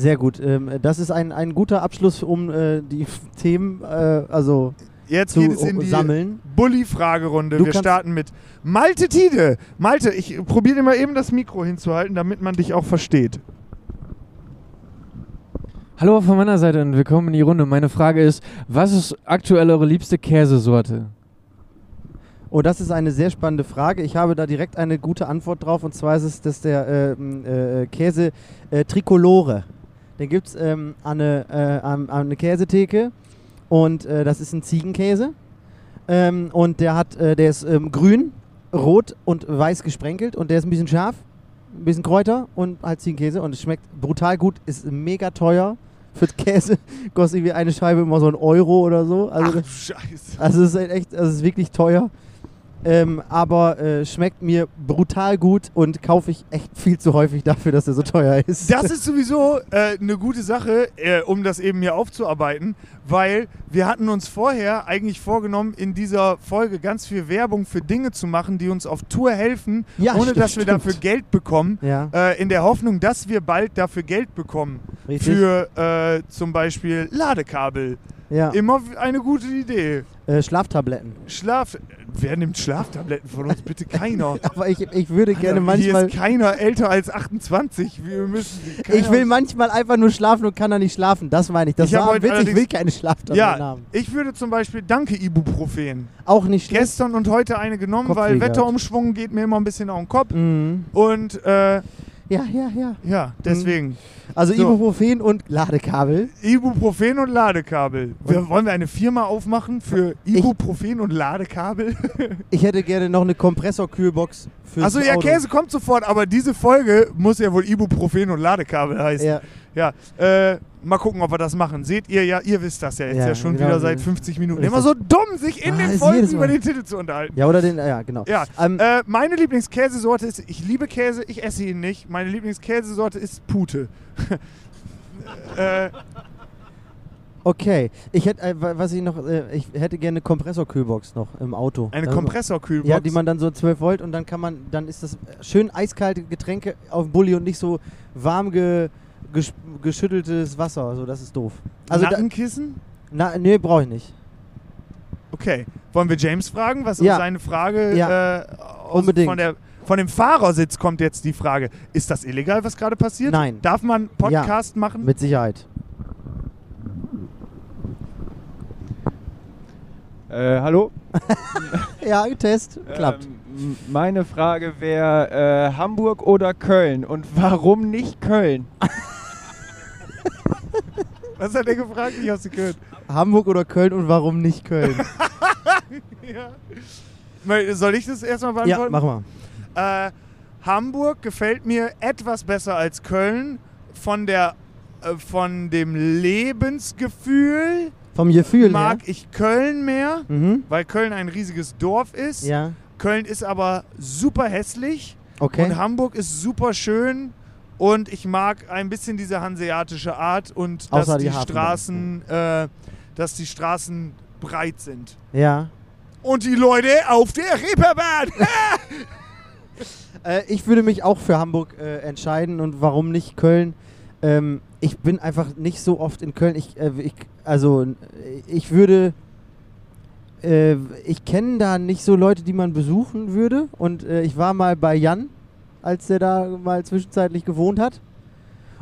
B: Sehr gut. Ähm, das ist ein, ein guter Abschluss, um äh, die Themen äh, also
A: Jetzt
B: zu
A: geht es in die
B: sammeln.
A: Bulli-Fragerunde.
B: Du
A: Wir
B: kannst-
A: starten mit Malte Tide. Malte, ich probiere dir mal eben das Mikro hinzuhalten, damit man dich auch versteht.
F: Hallo von meiner Seite und willkommen in die Runde. Meine Frage ist, was ist aktuell eure liebste Käsesorte?
B: Oh, das ist eine sehr spannende Frage. Ich habe da direkt eine gute Antwort drauf. Und zwar ist es, dass der ähm, äh, Käse äh, Tricolore, den gibt es ähm, an, eine, äh, an, an eine Käsetheke. Und äh, das ist ein Ziegenkäse. Ähm, und der, hat, äh, der ist ähm, grün, rot und weiß gesprenkelt. Und der ist ein bisschen scharf, ein bisschen Kräuter und halt Ziegenkäse. Und es schmeckt brutal gut, ist mega teuer. Für den Käse <laughs> kostet irgendwie eine Scheibe immer so ein Euro oder so. Also
A: Ach, Scheiße.
B: also es ist halt echt, also es ist wirklich teuer. Ähm, aber äh, schmeckt mir brutal gut und kaufe ich echt viel zu häufig dafür, dass er so teuer ist.
A: Das ist sowieso äh, eine gute Sache, äh, um das eben hier aufzuarbeiten, weil wir hatten uns vorher eigentlich vorgenommen, in dieser Folge ganz viel Werbung für Dinge zu machen, die uns auf Tour helfen,
B: Ja,
A: ohne
B: stimmt,
A: dass wir
B: stimmt.
A: dafür Geld bekommen.
B: <laughs> ja,
A: Äh, in der Hoffnung, dass wir bald dafür Geld bekommen.
B: richtig.
A: Für äh, zum Beispiel Ladekabel.
B: ja.
A: Immer w- eine gute Idee.
B: Äh, Schlaftabletten.
A: Schlaf. Wer nimmt Schlaftabletten von uns? Bitte keiner.
B: Aber ich, ich würde <laughs> gerne
A: Alter, Hier
B: manchmal.
A: ist keiner älter als 28. Wir müssen.
B: Ich will manchmal einfach nur schlafen und kann da nicht schlafen. Das meine ich. Das
A: Ich hab
B: war ein
A: heute
B: Witz. Ich
A: allerdings-
B: will keine Schlaftabletten
A: Ja,
B: haben.
A: ich würde zum Beispiel Danke Ibuprofen.
B: Auch nicht schlecht.
A: Gestern und heute eine genommen, weil
B: Kopfweh gehabt.
A: Wetterumschwung geht mir immer ein bisschen auf den Kopf.
B: Mhm.
A: Und äh,
B: Ja, ja, ja.
A: ja, deswegen.
B: Also
A: So.
B: Ibuprofen und Ladekabel.
A: Ibuprofen und Ladekabel. Wir, wollen wir eine Firma aufmachen für Ibuprofen und Ladekabel?
B: Ich hätte gerne noch eine Kompressorkühlbox für
A: Also ja, Käse kommt sofort, aber diese Folge muss ja wohl Ibuprofen und Ladekabel heißen.
B: Ja.
A: Ja, äh, mal gucken, ob wir das machen. Seht ihr ja, ihr wisst das ja jetzt ja,
B: Ja,
A: schon
B: genau.
A: wieder seit 50 Minuten.
B: Richtig.
A: Immer so dumm, sich in
B: Ah,
A: den
B: ist
A: Folgen
B: jedes Mal.
A: über den Titel zu unterhalten.
B: ja, oder den. Ja, genau.
A: Ja,
B: Ähm,
A: äh, meine Lieblingskäsesorte ist, ich liebe Käse, ich esse ihn nicht. Meine Lieblingskäsesorte ist Pute. <laughs> äh,
B: Okay, ich hätte, äh, wa- was ich noch, äh, ich hätte gerne eine Kompressorkühlbox noch im Auto.
A: eine
B: Also-
A: Kompressorkühlbox.
B: Ja, die man dann so 12 Volt und dann kann man, dann ist das äh, schön eiskalte Getränke auf dem Bulli und nicht so warm ge, gesch, geschütteltes Wasser. Also das ist doof. Also da,
A: Nackenkissen?
B: na, nee, brauche ich nicht.
A: Okay. Wollen wir James fragen? Was
B: Ja.
A: ist seine Frage?
B: Ja.
A: Äh, aus-
B: Unbedingt.
A: Von, der, von dem Fahrersitz kommt jetzt die Frage. Ist das illegal, was gerade passiert?
B: Nein.
A: Darf man Podcast machen?
B: Mit Sicherheit.
G: Äh, hallo?
B: Ja, Test, klappt.
G: Ähm, m- meine Frage wäre äh, Hamburg oder Köln und warum nicht Köln?
A: Was hat er gefragt? Ich hab's gehört.
B: Hamburg oder Köln und warum nicht Köln?
A: ja. Soll ich das erstmal
B: ja,
A: beantworten?
B: mach mal.
A: Äh, Hamburg gefällt mir etwas besser als Köln von der äh, von dem Lebensgefühl
B: Vom Gefühl
A: mag
B: her.
A: ich Köln mehr,
B: Mhm.
A: weil Köln ein riesiges Dorf ist.
B: Ja,
A: Köln ist aber super hässlich
B: okay.
A: und Hamburg ist super schön und ich mag ein bisschen diese hanseatische Art und
B: Außer
A: dass
B: die
A: die,
B: Hafenbank.
A: Straßen äh, dass die Straßen breit sind.
B: Ja.
A: Und die Leute auf der Reeperbahn.
B: Äh, ich würde mich auch für Hamburg äh, entscheiden und warum nicht Köln? Ähm, ich bin einfach nicht so oft in Köln. Ich, äh, ich, also äh, ich würde, äh, ich kenne da nicht so Leute, die man besuchen würde. Und äh, ich war mal bei Jan, als der da mal zwischenzeitlich gewohnt hat.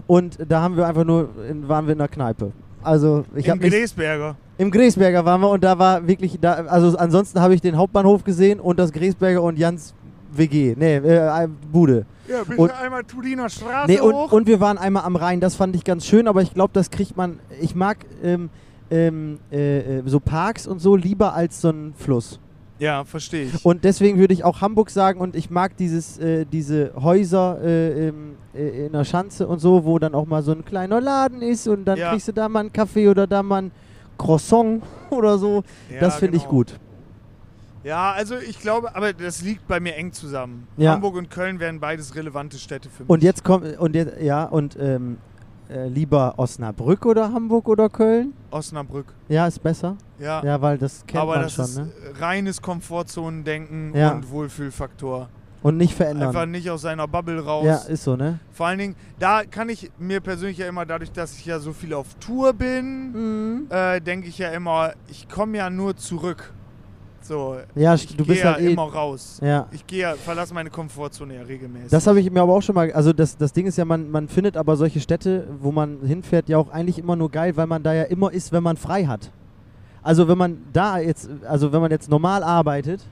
B: Und da haben wir einfach nur, in, waren wir in einer Kneipe. Also ich
A: Im
B: habe nicht
A: Gräsberger.
B: im Gräsberger waren wir und da war wirklich, da, also ansonsten habe ich den Hauptbahnhof gesehen und das Gräsberger und Jans WG, nee, äh, Bude.
A: Ja, bist
B: Und-
A: du einmal Tuliner Straße
B: Nee, und,
A: hoch?
B: und wir waren einmal am Rhein, das fand ich ganz schön, aber ich glaube, das kriegt man, ich mag ähm, ähm, äh, äh, so Parks und so lieber als so einen Fluss.
A: ja, verstehe ich.
B: Und deswegen würde ich auch Hamburg sagen und ich mag dieses, äh, diese Häuser äh, ähm, äh, in der Schanze und so, wo dann auch mal so ein kleiner Laden ist und dann
A: Ja.
B: kriegst du da mal einen Kaffee oder da mal ein Croissant <laughs> oder so.
A: Ja,
B: das finde ich
A: genau.
B: gut.
A: Ja, also ich glaube, aber das liegt bei mir eng zusammen.
B: Ja.
A: Hamburg und Köln wären beides relevante Städte für mich.
B: Und jetzt kommt und jetzt, ja und ähm, äh, lieber Osnabrück oder Hamburg oder Köln?
A: Osnabrück.
B: Ja, ist besser.
A: Ja.
B: Ja, weil das kennt
A: aber
B: man
A: das
B: schon,
A: ist
B: ne?
A: reines Komfortzonendenken
B: Ja.
A: und Wohlfühlfaktor.
B: Und nicht
A: Einfach
B: verändern.
A: nicht aus seiner Bubble raus.
B: Ja, ist so, ne?
A: Vor allen Dingen, da kann ich mir persönlich ja immer, dadurch, dass ich ja so viel auf Tour bin,
B: Mhm.
A: äh, denke ich ja immer, ich komme ja nur zurück. So,
B: Ja,
A: ich
B: du
A: gehe
B: bist
A: ja
B: halt eh
A: immer raus.
B: ja.
A: Ich gehe ja, verlasse meine Komfortzone ja regelmäßig.
B: Das habe ich mir aber auch schon mal, also das, das Ding ist ja, man, man findet aber solche Städte, wo man hinfährt, ja auch eigentlich immer nur geil, weil man da ja immer ist, wenn man frei hat. Also wenn man da jetzt, also wenn man jetzt normal arbeitet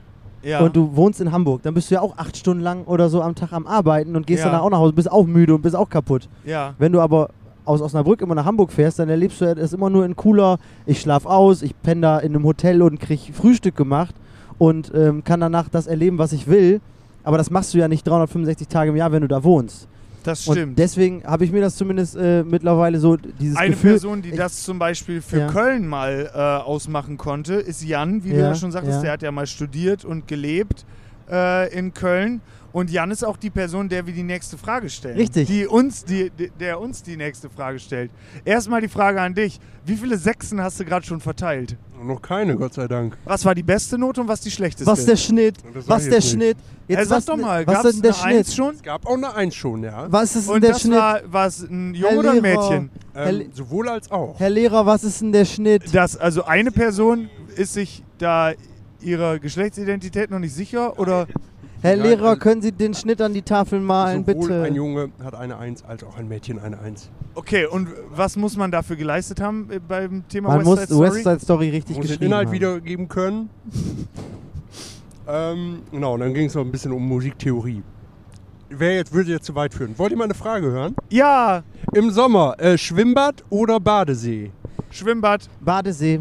A: ja.
B: und du wohnst in Hamburg, dann bist du ja auch acht Stunden lang oder so am Tag am Arbeiten und gehst
A: Ja.
B: dann auch nach Hause, bist auch müde und bist auch kaputt.
A: ja.
B: Wenn du aber aus Osnabrück immer nach Hamburg fährst, dann erlebst du das immer nur in cooler, ich schlaf aus, ich penne da in einem Hotel und krieg Frühstück gemacht und ähm, kann danach das erleben, was ich will. Aber das machst du ja nicht 365 Tage im Jahr, wenn du da wohnst.
A: Das
B: Und
A: stimmt.
B: deswegen habe ich mir das zumindest äh, mittlerweile so dieses
A: Eine
B: Gefühl.
A: Person, die
B: ich-
A: das zum Beispiel für
B: Ja.
A: Köln mal äh, ausmachen konnte, ist Jan, wie du
B: Ja,
A: ja schon sagtest.
B: ja.
A: Der hat ja mal studiert und gelebt äh, in Köln. Und Jan ist auch die Person, der wir die nächste Frage stellen.
B: Richtig.
A: Die uns die, die- der uns die nächste Frage stellt. Erstmal die Frage an dich. Wie viele Sechsen hast du gerade schon verteilt?
E: Noch keine, Gott sei Dank.
A: Was war die beste Note und was die schlechteste?
B: was der Schnitt?
E: Das sag
B: Was
E: ich
B: der
E: jetzt nicht.
B: Schnitt?
A: Äh, sag
B: was,
A: doch
B: ne-
A: mal,
B: was
A: gab's
B: ist denn der
A: eine Eins
B: Schnitt?
A: schon?
E: Es gab auch eine Eins schon, ja.
B: Was ist denn
A: Und
B: der
A: das
B: Schnitt?
A: war war's ein Junge
B: Herr
A: oder ein
B: Lehrer.
A: Mädchen?
E: Ähm, sowohl als auch.
B: Herr Lehrer, was ist denn der Schnitt?
A: Das, also eine Person ist sich da ihrer Geschlechtsidentität noch nicht sicher oder
B: Herr
E: Ja,
B: Lehrer,
E: also-
B: können Sie den Schnitt an die Tafel malen,
E: sowohl
B: bitte?
E: ein Junge hat eine Eins, als auch ein Mädchen eine Eins.
A: Okay, und was muss man dafür geleistet haben äh, beim Thema
B: Man
A: West
B: muss
A: Side Story?
B: West Side Story richtig
E: Muss den
B: geschrieben
E: Inhalt
B: haben.
E: wiedergeben können. ähm, genau, und dann ging es noch ein bisschen um Musiktheorie. Wer jetzt würde jetzt zu weit führen? Wollt ihr mal eine Frage hören?
A: ja,
E: Im Sommer äh, Schwimmbad oder Badesee?
A: Schwimmbad.
B: Badesee.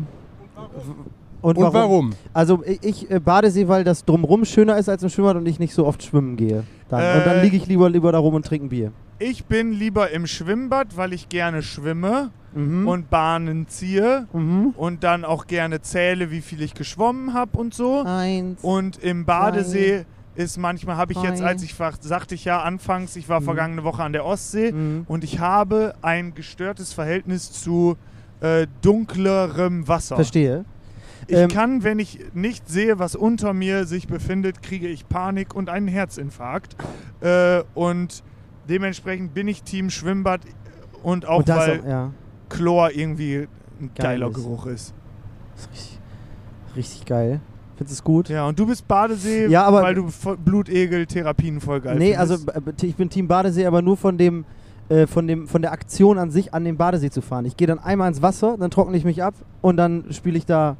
B: Und
E: Und
B: warum?
E: warum?
B: Also ich, ich äh, Badesee, weil das drumrum schöner ist als im Schwimmbad und ich nicht so oft schwimmen gehe. Dann. und dann
A: Äh,
B: liege ich lieber lieber da rum und trinke ein Bier.
A: Ich bin lieber im Schwimmbad, weil ich gerne schwimme
B: Mhm.
A: und Bahnen ziehe
B: mhm.
A: und
B: Ah.
A: dann auch gerne zähle, wie viel ich geschwommen habe und so.
B: Eins.
A: Und im Badesee ist manchmal, habe ich jetzt,
B: Hi.
A: als ich war- sagte ich ja anfangs, ich war
B: Mhm.
A: vergangene Woche an der Ostsee
B: Mhm.
A: und ich habe ein gestörtes Verhältnis zu äh, dunklerem Wasser.
B: Verstehe.
A: Ich
B: Ähm,
A: kann, wenn ich nicht sehe, was unter mir sich befindet, kriege ich Panik und einen Herzinfarkt. Äh, und dementsprechend bin ich Team Schwimmbad und auch
B: und das,
A: weil
B: ja,
A: Chlor irgendwie ein
B: Geil
A: geiler
B: ist.
A: Geruch ist.
B: ist richtig, richtig geil. Findest du es gut?
A: Ja, und du bist Badesee,
B: Ja, aber-
A: weil du Vo- Blutegel-Therapien voll geil
B: nee,
A: findest.
B: also b- ich bin Team Badesee, aber nur von dem, äh, von dem, von der Aktion an sich an den Badesee zu fahren. Ich gehe dann einmal ins Wasser, dann trockne ich mich ab und dann spiele ich da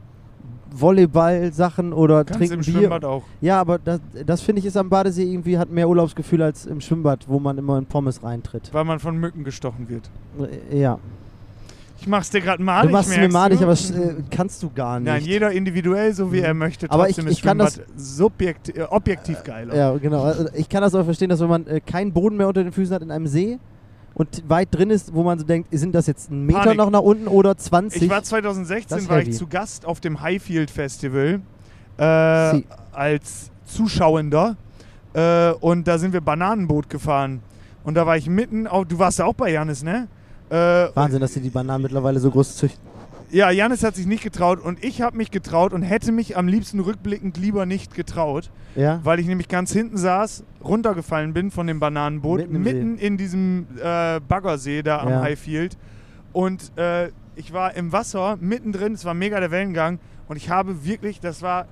B: Volleyball-Sachen oder
A: Kannst
B: trinke
A: im
B: ein Bier.
A: Schwimmbad auch.
B: Ja, aber das, das finde ich ist am Badesee irgendwie hat mehr Urlaubsgefühl als im Schwimmbad, wo man immer in Pommes reintritt.
A: Weil man von Mücken gestochen wird.
B: Äh, Ja.
A: Ah, Ich mach's dir gerade madig.
B: du machst es mir
A: merkst
B: madig,
A: du?
B: aber
A: <laughs>
B: das, äh, kannst du gar nicht.
A: Nein, jeder individuell, so wie
B: Mhm.
A: er möchte.
B: Aber
A: Trotzdem
B: ich-
A: ist
B: ich kann
A: Schwimmbad
B: das-
A: subjekt, äh, objektiv geiler.
B: Ja, genau. Also ich kann das auch verstehen, dass wenn man äh, keinen Boden mehr unter den Füßen hat in einem See und weit drin ist, wo man so denkt, sind das jetzt ein Meter
A: Panik.
B: noch nach unten oder 20?
A: Ich war
B: Das
A: 2016
B: ist
A: war
B: heavy.
A: ich zu Gast auf dem Highfield Festival äh,
B: Sie.
A: als Zuschauender äh, und da sind wir Bananenboot gefahren und da war ich mitten auf. Du warst ja auch bei Janis, ne? Äh,
B: Wahnsinn, dass sie die Bananen mittlerweile so groß züchten.
A: ja, Janis hat sich nicht getraut und ich habe mich getraut und hätte mich am liebsten rückblickend lieber nicht getraut,
B: Ja?
A: weil ich nämlich ganz hinten saß, runtergefallen bin von dem Bananenboot,
B: Mitten im
A: mitten, in diesem äh, Baggersee da am
B: Ja.
A: Highfield. Und äh, ich war im Wasser mittendrin, es war mega der Wellengang und ich habe wirklich, das war,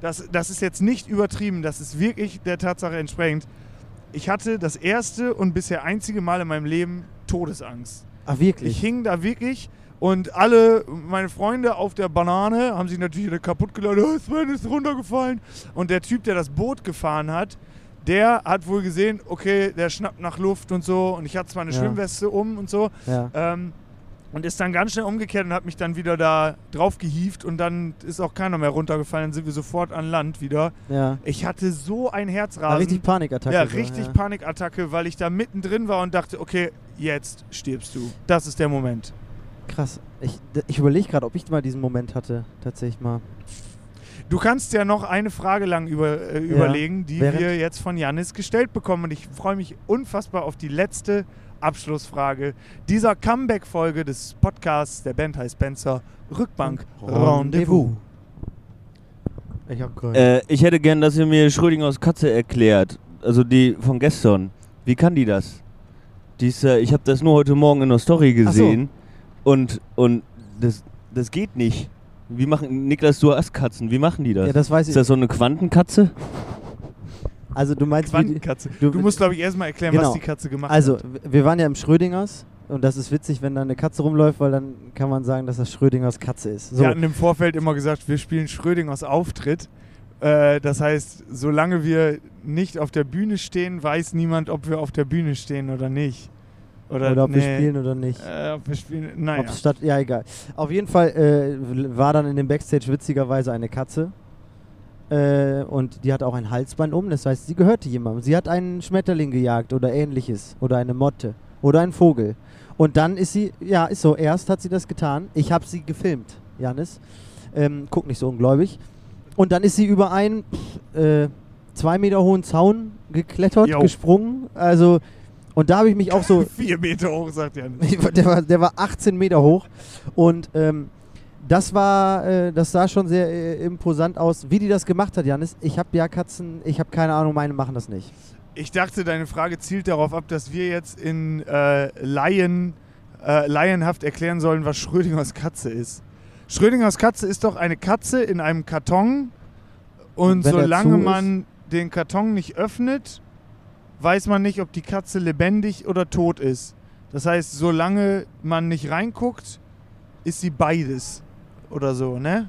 A: das, das ist jetzt nicht übertrieben, das ist wirklich der Tatsache entsprechend. Ich hatte das erste und bisher einzige Mal in meinem Leben Todesangst.
B: Ach,
A: Ich
B: ah, wirklich?
A: hing da wirklich und alle meine Freunde auf der Banane haben sich natürlich alle kaputt geladen. Oh, Sven ist runtergefallen. Und der Typ, der das Boot gefahren hat, der hat wohl gesehen, okay, der schnappt nach Luft und so. Und ich hatte zwar eine
B: Ja.
A: Schwimmweste um und so.
B: Ja.
A: Ähm, und ist dann ganz schnell umgekehrt und hat mich dann wieder da drauf gehievt. Und dann ist auch keiner mehr runtergefallen. Dann sind wir sofort an Land wieder.
B: ja.
A: Ich hatte so ein
B: War
A: Herzrasen.
B: richtig Panikattacke.
A: Ähm, ja,
B: so,
A: richtig
B: ja.
A: Panikattacke, weil ich da mittendrin war und dachte, okay, jetzt stirbst du. Das ist der Moment.
B: Krass. Ich, d- ich überlege gerade, ob ich mal diesen Moment hatte, tatsächlich mal.
A: Du kannst ja noch eine Frage lang über, äh, überlegen, die
B: Während-
A: wir jetzt von Janis gestellt bekommen. Und ich freue mich unfassbar auf die letzte Abschlussfrage dieser Comeback-Folge des Podcasts der Band heißt Spencer Rückbank Rendezvous.
B: Ich hab keinen.
D: Äh, ich hätte gern, dass ihr mir Schrödingers Katze erklärt. Also die von gestern. Wie kann die das? Die ist, äh, ich habe das nur heute Morgen in der Story
B: Ach so.
D: gesehen. Und, und das, das geht nicht. Wie machen, Niklas, du hast Katzen. Wie machen die das?
B: ja, das weiß ich.
D: ist das so eine Quantenkatze?
B: also du meinst, wie die,
A: Quantenkatze.
B: du-
A: Du, musst, glaube ich, erstmal erklären,
B: Genau.
A: was die Katze gemacht
B: Also,
A: hat.
B: w- wir waren ja im Schrödingers und das ist witzig, wenn da eine Katze rumläuft, weil dann kann man sagen, dass das Schrödingers Katze ist. So.
A: Wir hatten im Vorfeld immer gesagt, wir spielen Schrödingers Auftritt. Äh, das heißt, solange wir nicht auf der Bühne stehen, weiß niemand, ob wir auf der Bühne stehen oder nicht. Oder,
B: oder ob
A: nee.
B: wir spielen oder nicht.
A: Äh, ob wir spielen. Naja.
B: Ob's statt, ja, egal. Auf jeden Fall äh, w- war dann in dem Backstage witzigerweise eine Katze. Äh, und die hat auch ein Halsband um, das heißt, sie gehörte jemandem. Sie hat einen Schmetterling gejagt oder ähnliches. Oder eine Motte. Oder einen Vogel. Und dann ist sie, ja, ist so, erst hat sie das getan. Ich habe sie gefilmt, Janis. Ähm, guck nicht so ungläubig. Und dann ist sie über einen pff, äh, zwei Meter hohen Zaun geklettert,
A: Jo.
B: gesprungen. Also, und da habe ich mich
A: <laughs>
B: auch so.
A: Vier Meter hoch, sagt Janis.
B: Der war, der war 18 Meter hoch. Und ähm, das war, äh, das sah schon sehr äh, imposant aus, wie die das gemacht hat, Janis. Ich habe ja Katzen, ich habe keine Ahnung, meine machen das nicht.
A: Ich dachte, deine Frage zielt darauf ab, dass wir jetzt in äh, Laien, äh, laienhaft erklären sollen, was Schrödingers Katze ist. Schrödingers Katze ist doch eine Katze in einem Karton und
B: Und wenn er
A: solange
B: zu ist?
A: man den Karton nicht öffnet, weiß man nicht, ob die Katze lebendig oder tot ist. Das heißt, solange man nicht reinguckt, ist sie beides oder so, ne?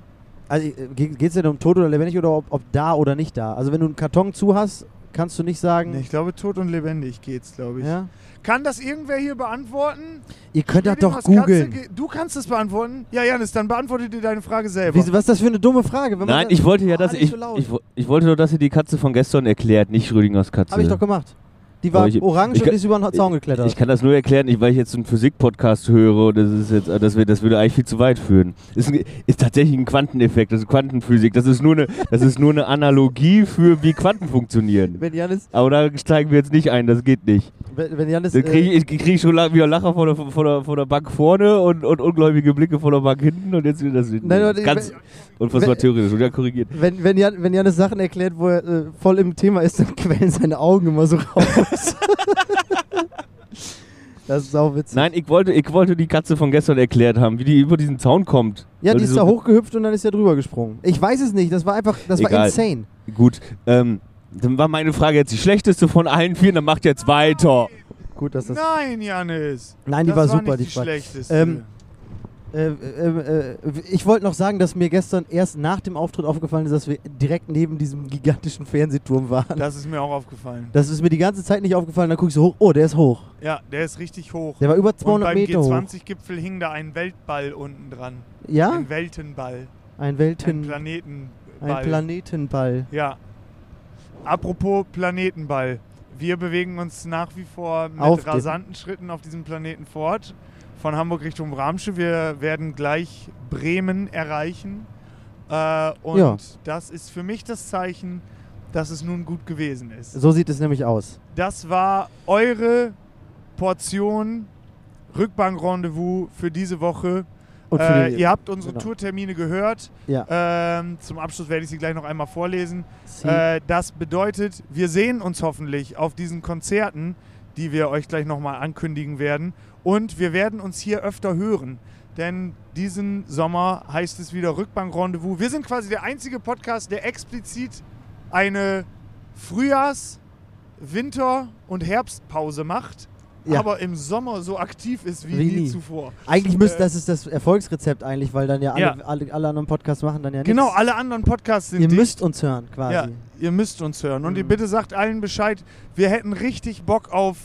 B: Also äh, geht es denn um tot oder lebendig oder ob, ob da oder nicht da? Also wenn du einen Karton zu hast, kannst du nicht sagen.
A: Nee, Ich glaube, tot und lebendig geht's, glaube ich.
B: Mhm. ja?
A: Kann das irgendwer hier beantworten?
B: Ihr könnt das doch
A: Schrödingers Katze
B: googeln.
A: genau, ge- Du kannst es beantworten. Ja, Janis, dann beantworte dir deine Frage selber.
B: Wieso- Was ist das für eine dumme Frage? Wenn man
D: Nein,
B: das-
D: ich wollte ja,
B: Ah,
D: dass
B: nicht
D: ich,
B: so laut.
D: ich, wo- ich wollte nur, dass ihr die Katze von gestern erklärt, nicht Schrödingers Katze.
B: Habe ich doch gemacht. Die war
D: Aber ich-
B: orange
D: ich
B: und
D: kann-
B: ist über den Zaun geklettert.
D: Ich kann das nur erklären, nicht, weil ich jetzt einen Physik-Podcast höre und das ist jetzt, äh, das, wär, das würde eigentlich viel zu weit führen. Ist, ein, ist tatsächlich ein Quanteneffekt, das ist Quantenphysik. Das ist nur eine, das ist nur eine Analogie für wie Quanten funktionieren.
B: wenn Janis,
D: Aber da steigen wir jetzt nicht ein, das geht nicht.
B: wenn, wenn Janis
D: Dann kriege
B: äh,
D: ich, ich krieg schon la- wieder Lacher von der, von, der, von der Bank vorne und, und ungläubige Blicke von der Bank hinten und jetzt wieder das hinten.
B: Nein, aber-
D: Ganz unfassbar
B: wenn-
D: theoretisch. Und ja, korrigiert.
B: wenn, wenn, Jan, wenn Janis Sachen erklärt, wo er äh, voll im Thema ist, dann <laughs> quellen seine Augen immer so raus. das ist auch witzig.
D: Nein, ich wollte, ich wollte die Katze von gestern erklärt haben, wie die über diesen Zaun kommt.
B: ja,
D: Weil
B: die ist
D: so-
B: da hochgehüpft und dann ist er drüber gesprungen. Ich weiß es nicht, das war einfach, das war
D: Egal.
B: insane.
D: Gut, ähm, dann war meine Frage jetzt die schlechteste von allen vier, dann macht jetzt weiter.
B: Gut, dass das.
A: Nein, Janis.
B: Nein, die
A: das
B: war
A: war
B: super,
A: nicht
B: die
A: die
B: Frage.
A: schlechteste.
B: Ähm, Äh, äh, äh, ich wollte noch sagen, dass mir gestern erst nach dem Auftritt aufgefallen ist, dass wir direkt neben diesem gigantischen Fernsehturm waren.
A: das ist mir auch aufgefallen.
B: Das ist mir die ganze Zeit nicht aufgefallen. Dann guckst du hoch. Oh, der ist hoch.
A: Ja, der ist richtig hoch.
B: Der war über
A: Und
B: 200
A: beim
B: Meter hoch.
A: G20-Gipfel hing da ein Weltball unten dran.
B: Ja?
A: Ein Weltenball.
B: Ein
A: Ein
B: Welten.
A: Planetenball.
B: Ein Planetenball.
A: Ja. Apropos Planetenball. Wir bewegen uns nach wie vor mit
B: Auf den-
A: rasanten Schritten auf diesem Planeten fort. Von Hamburg Richtung Bramsche. Wir werden gleich Bremen erreichen. Äh, und
B: Ja.
A: das ist für mich das Zeichen, dass es nun gut gewesen ist.
B: So sieht es nämlich aus.
A: Das war eure Portion Rückbank-Rendezvous für diese Woche.
B: Und für
A: Äh,
B: die-
A: ihr habt unsere
B: genau.
A: Tourtermine gehört.
B: Ja.
A: Ähm, zum Abschluss werde ich sie gleich noch einmal vorlesen.
B: Sie-
A: Äh, das bedeutet, wir sehen uns hoffentlich auf diesen Konzerten, die wir euch gleich nochmal ankündigen werden. Und wir werden uns hier öfter hören. Denn diesen Sommer heißt es wieder Rückbank-Rendezvous. Wir sind quasi der einzige Podcast, der explizit eine Frühjahrs-, Winter- und Herbstpause macht,
B: Ja.
A: aber im Sommer so aktiv ist wie,
B: Wie
A: nie
B: nie.
A: zuvor.
B: eigentlich müsste
A: äh,
B: das ist das Erfolgsrezept eigentlich, weil dann ja alle,
A: Ja.
B: Alle, alle anderen Podcasts machen dann ja nichts.
A: Genau, alle anderen Podcasts sind
B: Ihr
A: dicht.
B: müsst uns hören quasi.
A: Ja, ihr müsst uns hören. Und ihr
B: Mhm.
A: bitte sagt allen Bescheid, wir hätten richtig Bock auf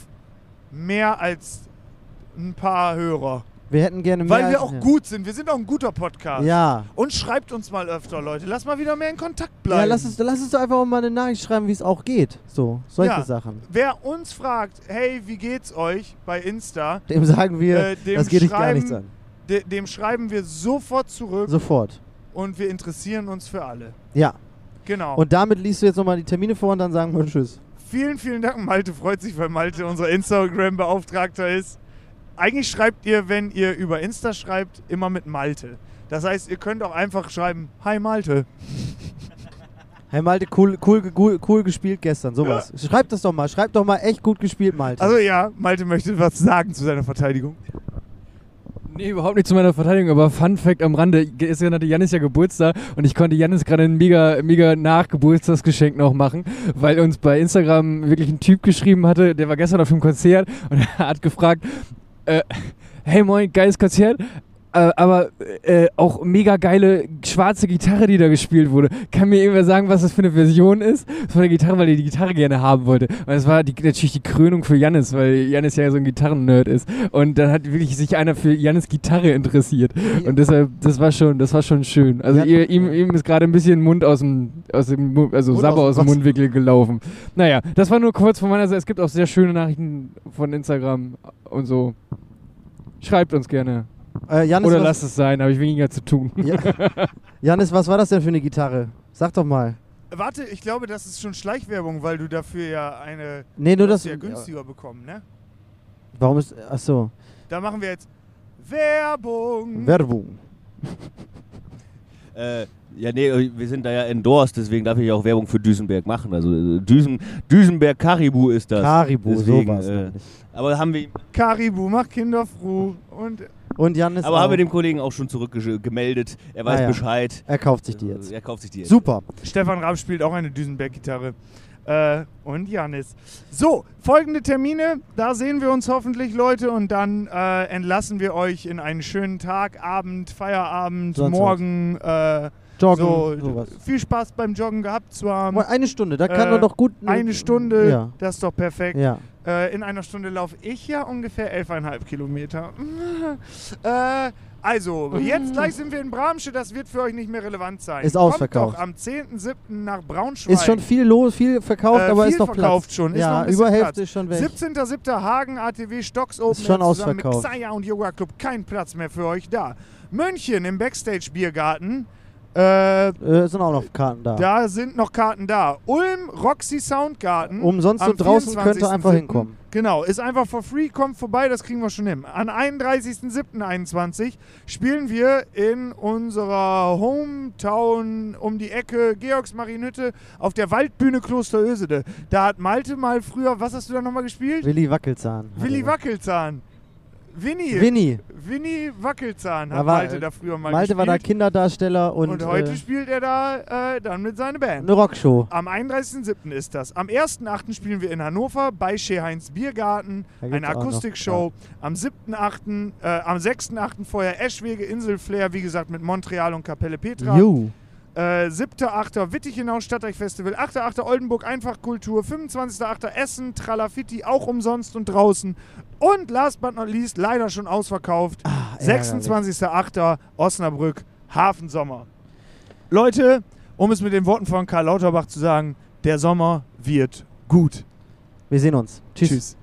A: mehr als ein paar Hörer.
B: Wir hätten gerne mehr.
A: Weil wir
B: als-
A: auch gut sind. Wir sind auch ein guter Podcast.
B: Ja.
A: Und schreibt uns mal öfter, Leute. Lass mal wieder mehr in Kontakt bleiben.
B: Ja, lass uns, lass uns doch einfach mal eine Nachricht schreiben, wie es auch geht. So, solche
A: Ja.
B: Sachen.
A: Wer uns fragt, hey, wie geht's euch bei Insta,
B: Dem sagen wir,
A: Äh, dem
B: das geht dich gar
A: schreiben-
B: nichts an.
A: de dem schreiben wir sofort zurück
B: Sofort.
A: und wir interessieren uns für alle.
B: Ja.
A: Genau.
B: Und damit liest du jetzt nochmal die Termine vor und dann sagen wir Tschüss.
A: Vielen, vielen Dank. Malte freut sich, weil Malte unser Instagram-Beauftragter ist. Eigentlich schreibt ihr, wenn ihr über Insta schreibt, immer mit Malte. Das heißt, ihr könnt auch einfach schreiben, hi Malte.
B: Hey Malte, cool, cool, ge- cool, cool gespielt gestern, sowas. Schreib das doch mal, schreib doch mal echt gut gespielt, Malte.
A: Also ja, Malte möchte was sagen zu seiner Verteidigung.
F: Nee, überhaupt nicht zu meiner Verteidigung, aber Fun Fact am Rande, gestern hatte Janis ja Geburtstag und ich konnte Janis gerade ein mega, mega Nachgeburtstagsgeschenk noch machen, weil uns bei Instagram wirklich ein Typ geschrieben hatte, der war gestern auf dem Konzert und er hat gefragt, äh, hey moin, geiles Konzert, äh, aber äh, auch mega geile schwarze Gitarre, die da gespielt wurde. Kann mir irgendwer sagen, was das für eine Version ist von der Gitarre, weil er die Gitarre gerne haben wollte. Und das war die, natürlich die Krönung für Janis, weil Janis ja so ein Gitarrennerd ist. Und dann hat wirklich sich einer für Janis Gitarre interessiert. Und deshalb, das war schon, das war schon schön. Also
B: Ja.
F: ihr, ihm, ihm ist gerade ein bisschen Mund aus dem, aus dem Mu- also
B: Mund
F: Sabber
B: aus dem
F: aus dem
B: Wasser.
F: Mundwinkel gelaufen. Naja, das war nur kurz von meiner Seite. Es gibt auch sehr schöne Nachrichten von Instagram und so. Schreibt uns gerne.
B: äh, Janis,
F: Oder
B: was,
F: lasst es sein, habe ich weniger zu tun.
B: Ja. Janis, was war das denn für eine Gitarre? Sag doch mal.
A: Warte, ich glaube, das ist schon Schleichwerbung, weil du dafür ja eine
B: Nee, nur das.
A: hast du ja günstiger bekommen, ne?
B: Warum ist. Achso.
A: Da machen wir jetzt Werbung.
B: Werbung.
D: Äh, ja, nee, wir sind da ja endorsed, deswegen darf ich auch Werbung für Duisenberg machen. Also äh, Düsen, Duisenberg Karibu ist das.
B: Karibu,
D: deswegen,
B: sowas. ne?
D: äh,
B: nämlich.
D: aber haben wir,
A: Karibu macht Kinderfruh und
B: Und Janis.
D: äh, aber
B: auch.
D: haben wir dem Kollegen auch schon zurückgemeldet. Er weiß
B: Ah, ja.
D: Bescheid.
B: er kauft sich die jetzt.
D: Er kauft sich die jetzt.
B: Super.
A: Stefan Raab spielt auch eine Düsenberg-Gitarre. Äh, und Janis. So, folgende Termine. Da sehen wir uns hoffentlich, Leute. Und dann äh, entlassen wir euch in einen schönen Tag, Abend, Feierabend,
B: Sonst was.
A: morgen. Äh,
B: Joggen,
A: So,
B: sowas.
A: viel Spaß beim Joggen gehabt zu haben.
B: Aber Eine Stunde, da kann
A: Äh,
B: man doch gut...
A: Eine Stunde,
B: Ja.
A: das ist doch perfekt.
B: Ja.
A: Äh, in einer Stunde laufe ich ja ungefähr 11,5 Kilometer. <laughs> äh, also, jetzt gleich sind wir in Bramsche, das wird für euch nicht mehr relevant sein.
B: Ist
A: Kommt
B: ausverkauft.
A: doch am 10.07. nach Braunschweig.
B: Ist schon viel los, viel verkauft,
A: Äh,
B: aber
A: viel
B: ist noch
A: verkauft
B: Platz.
A: schon, ist noch
B: ja,
A: ein bisschen
B: über Hälfte
A: Platz.
B: ist schon weg.
A: 17.07. Hagen ATW Stocks Open
B: schon
A: Air zusammen
B: ausverkauft.
A: mit Xaya und Yoga Club kein Platz mehr für euch da. München im Backstage Biergarten. Äh,
B: äh, sind auch noch Karten da.
A: da sind noch Karten da. Ulm Roxy Soundgarten.
B: Umsonst
A: am
B: und Um draußen könnt ihr einfach
A: 24.07..
B: hinkommen.
A: Genau, ist einfach for free, kommt vorbei, das kriegen wir schon hin. An 31.07.21 spielen wir in unserer Hometown um die Ecke Georgsmarienhütte auf der Waldbühne Klosterösede. Da hat Malte mal früher, was hast du da nochmal gespielt?
B: Willi Wackelzahn.
A: Willi Wackelzahn. Winnie.
B: Winni.
A: Winnie Wackelzahn hat
B: Da war-
A: Malte da früher mal
B: Malte
A: gespielt.
B: war da Kinderdarsteller und,
A: und, heute
B: äh,
A: spielt er da äh, dann mit seiner Band.
B: eine Rockshow.
A: Am 31.07. ist das. Am 1.08. spielen wir in Hannover bei Scheheins Biergarten,
B: Da gibt's
A: eine
B: auch noch,
A: Akustikshow. Am 7.8., äh, am 6.8. vorher Eschwege, Inselflair, wie gesagt mit Montreal und Kapelle Petra.
B: Jo.
A: Äh, 7.8. Wittichenau Stadtreichfestival, 8.8. Oldenburg Einfachkultur, 25.8. Essen, Tralafitti auch umsonst und draußen. Und last but not least, leider schon ausverkauft,
B: Ah, ärgerlich.
A: 26.8. Osnabrück, Hafensommer. Leute, um es mit den Worten von Karl Lauterbach zu sagen, der Sommer wird gut.
B: Wir sehen uns. Tschüss.
A: Tschüss.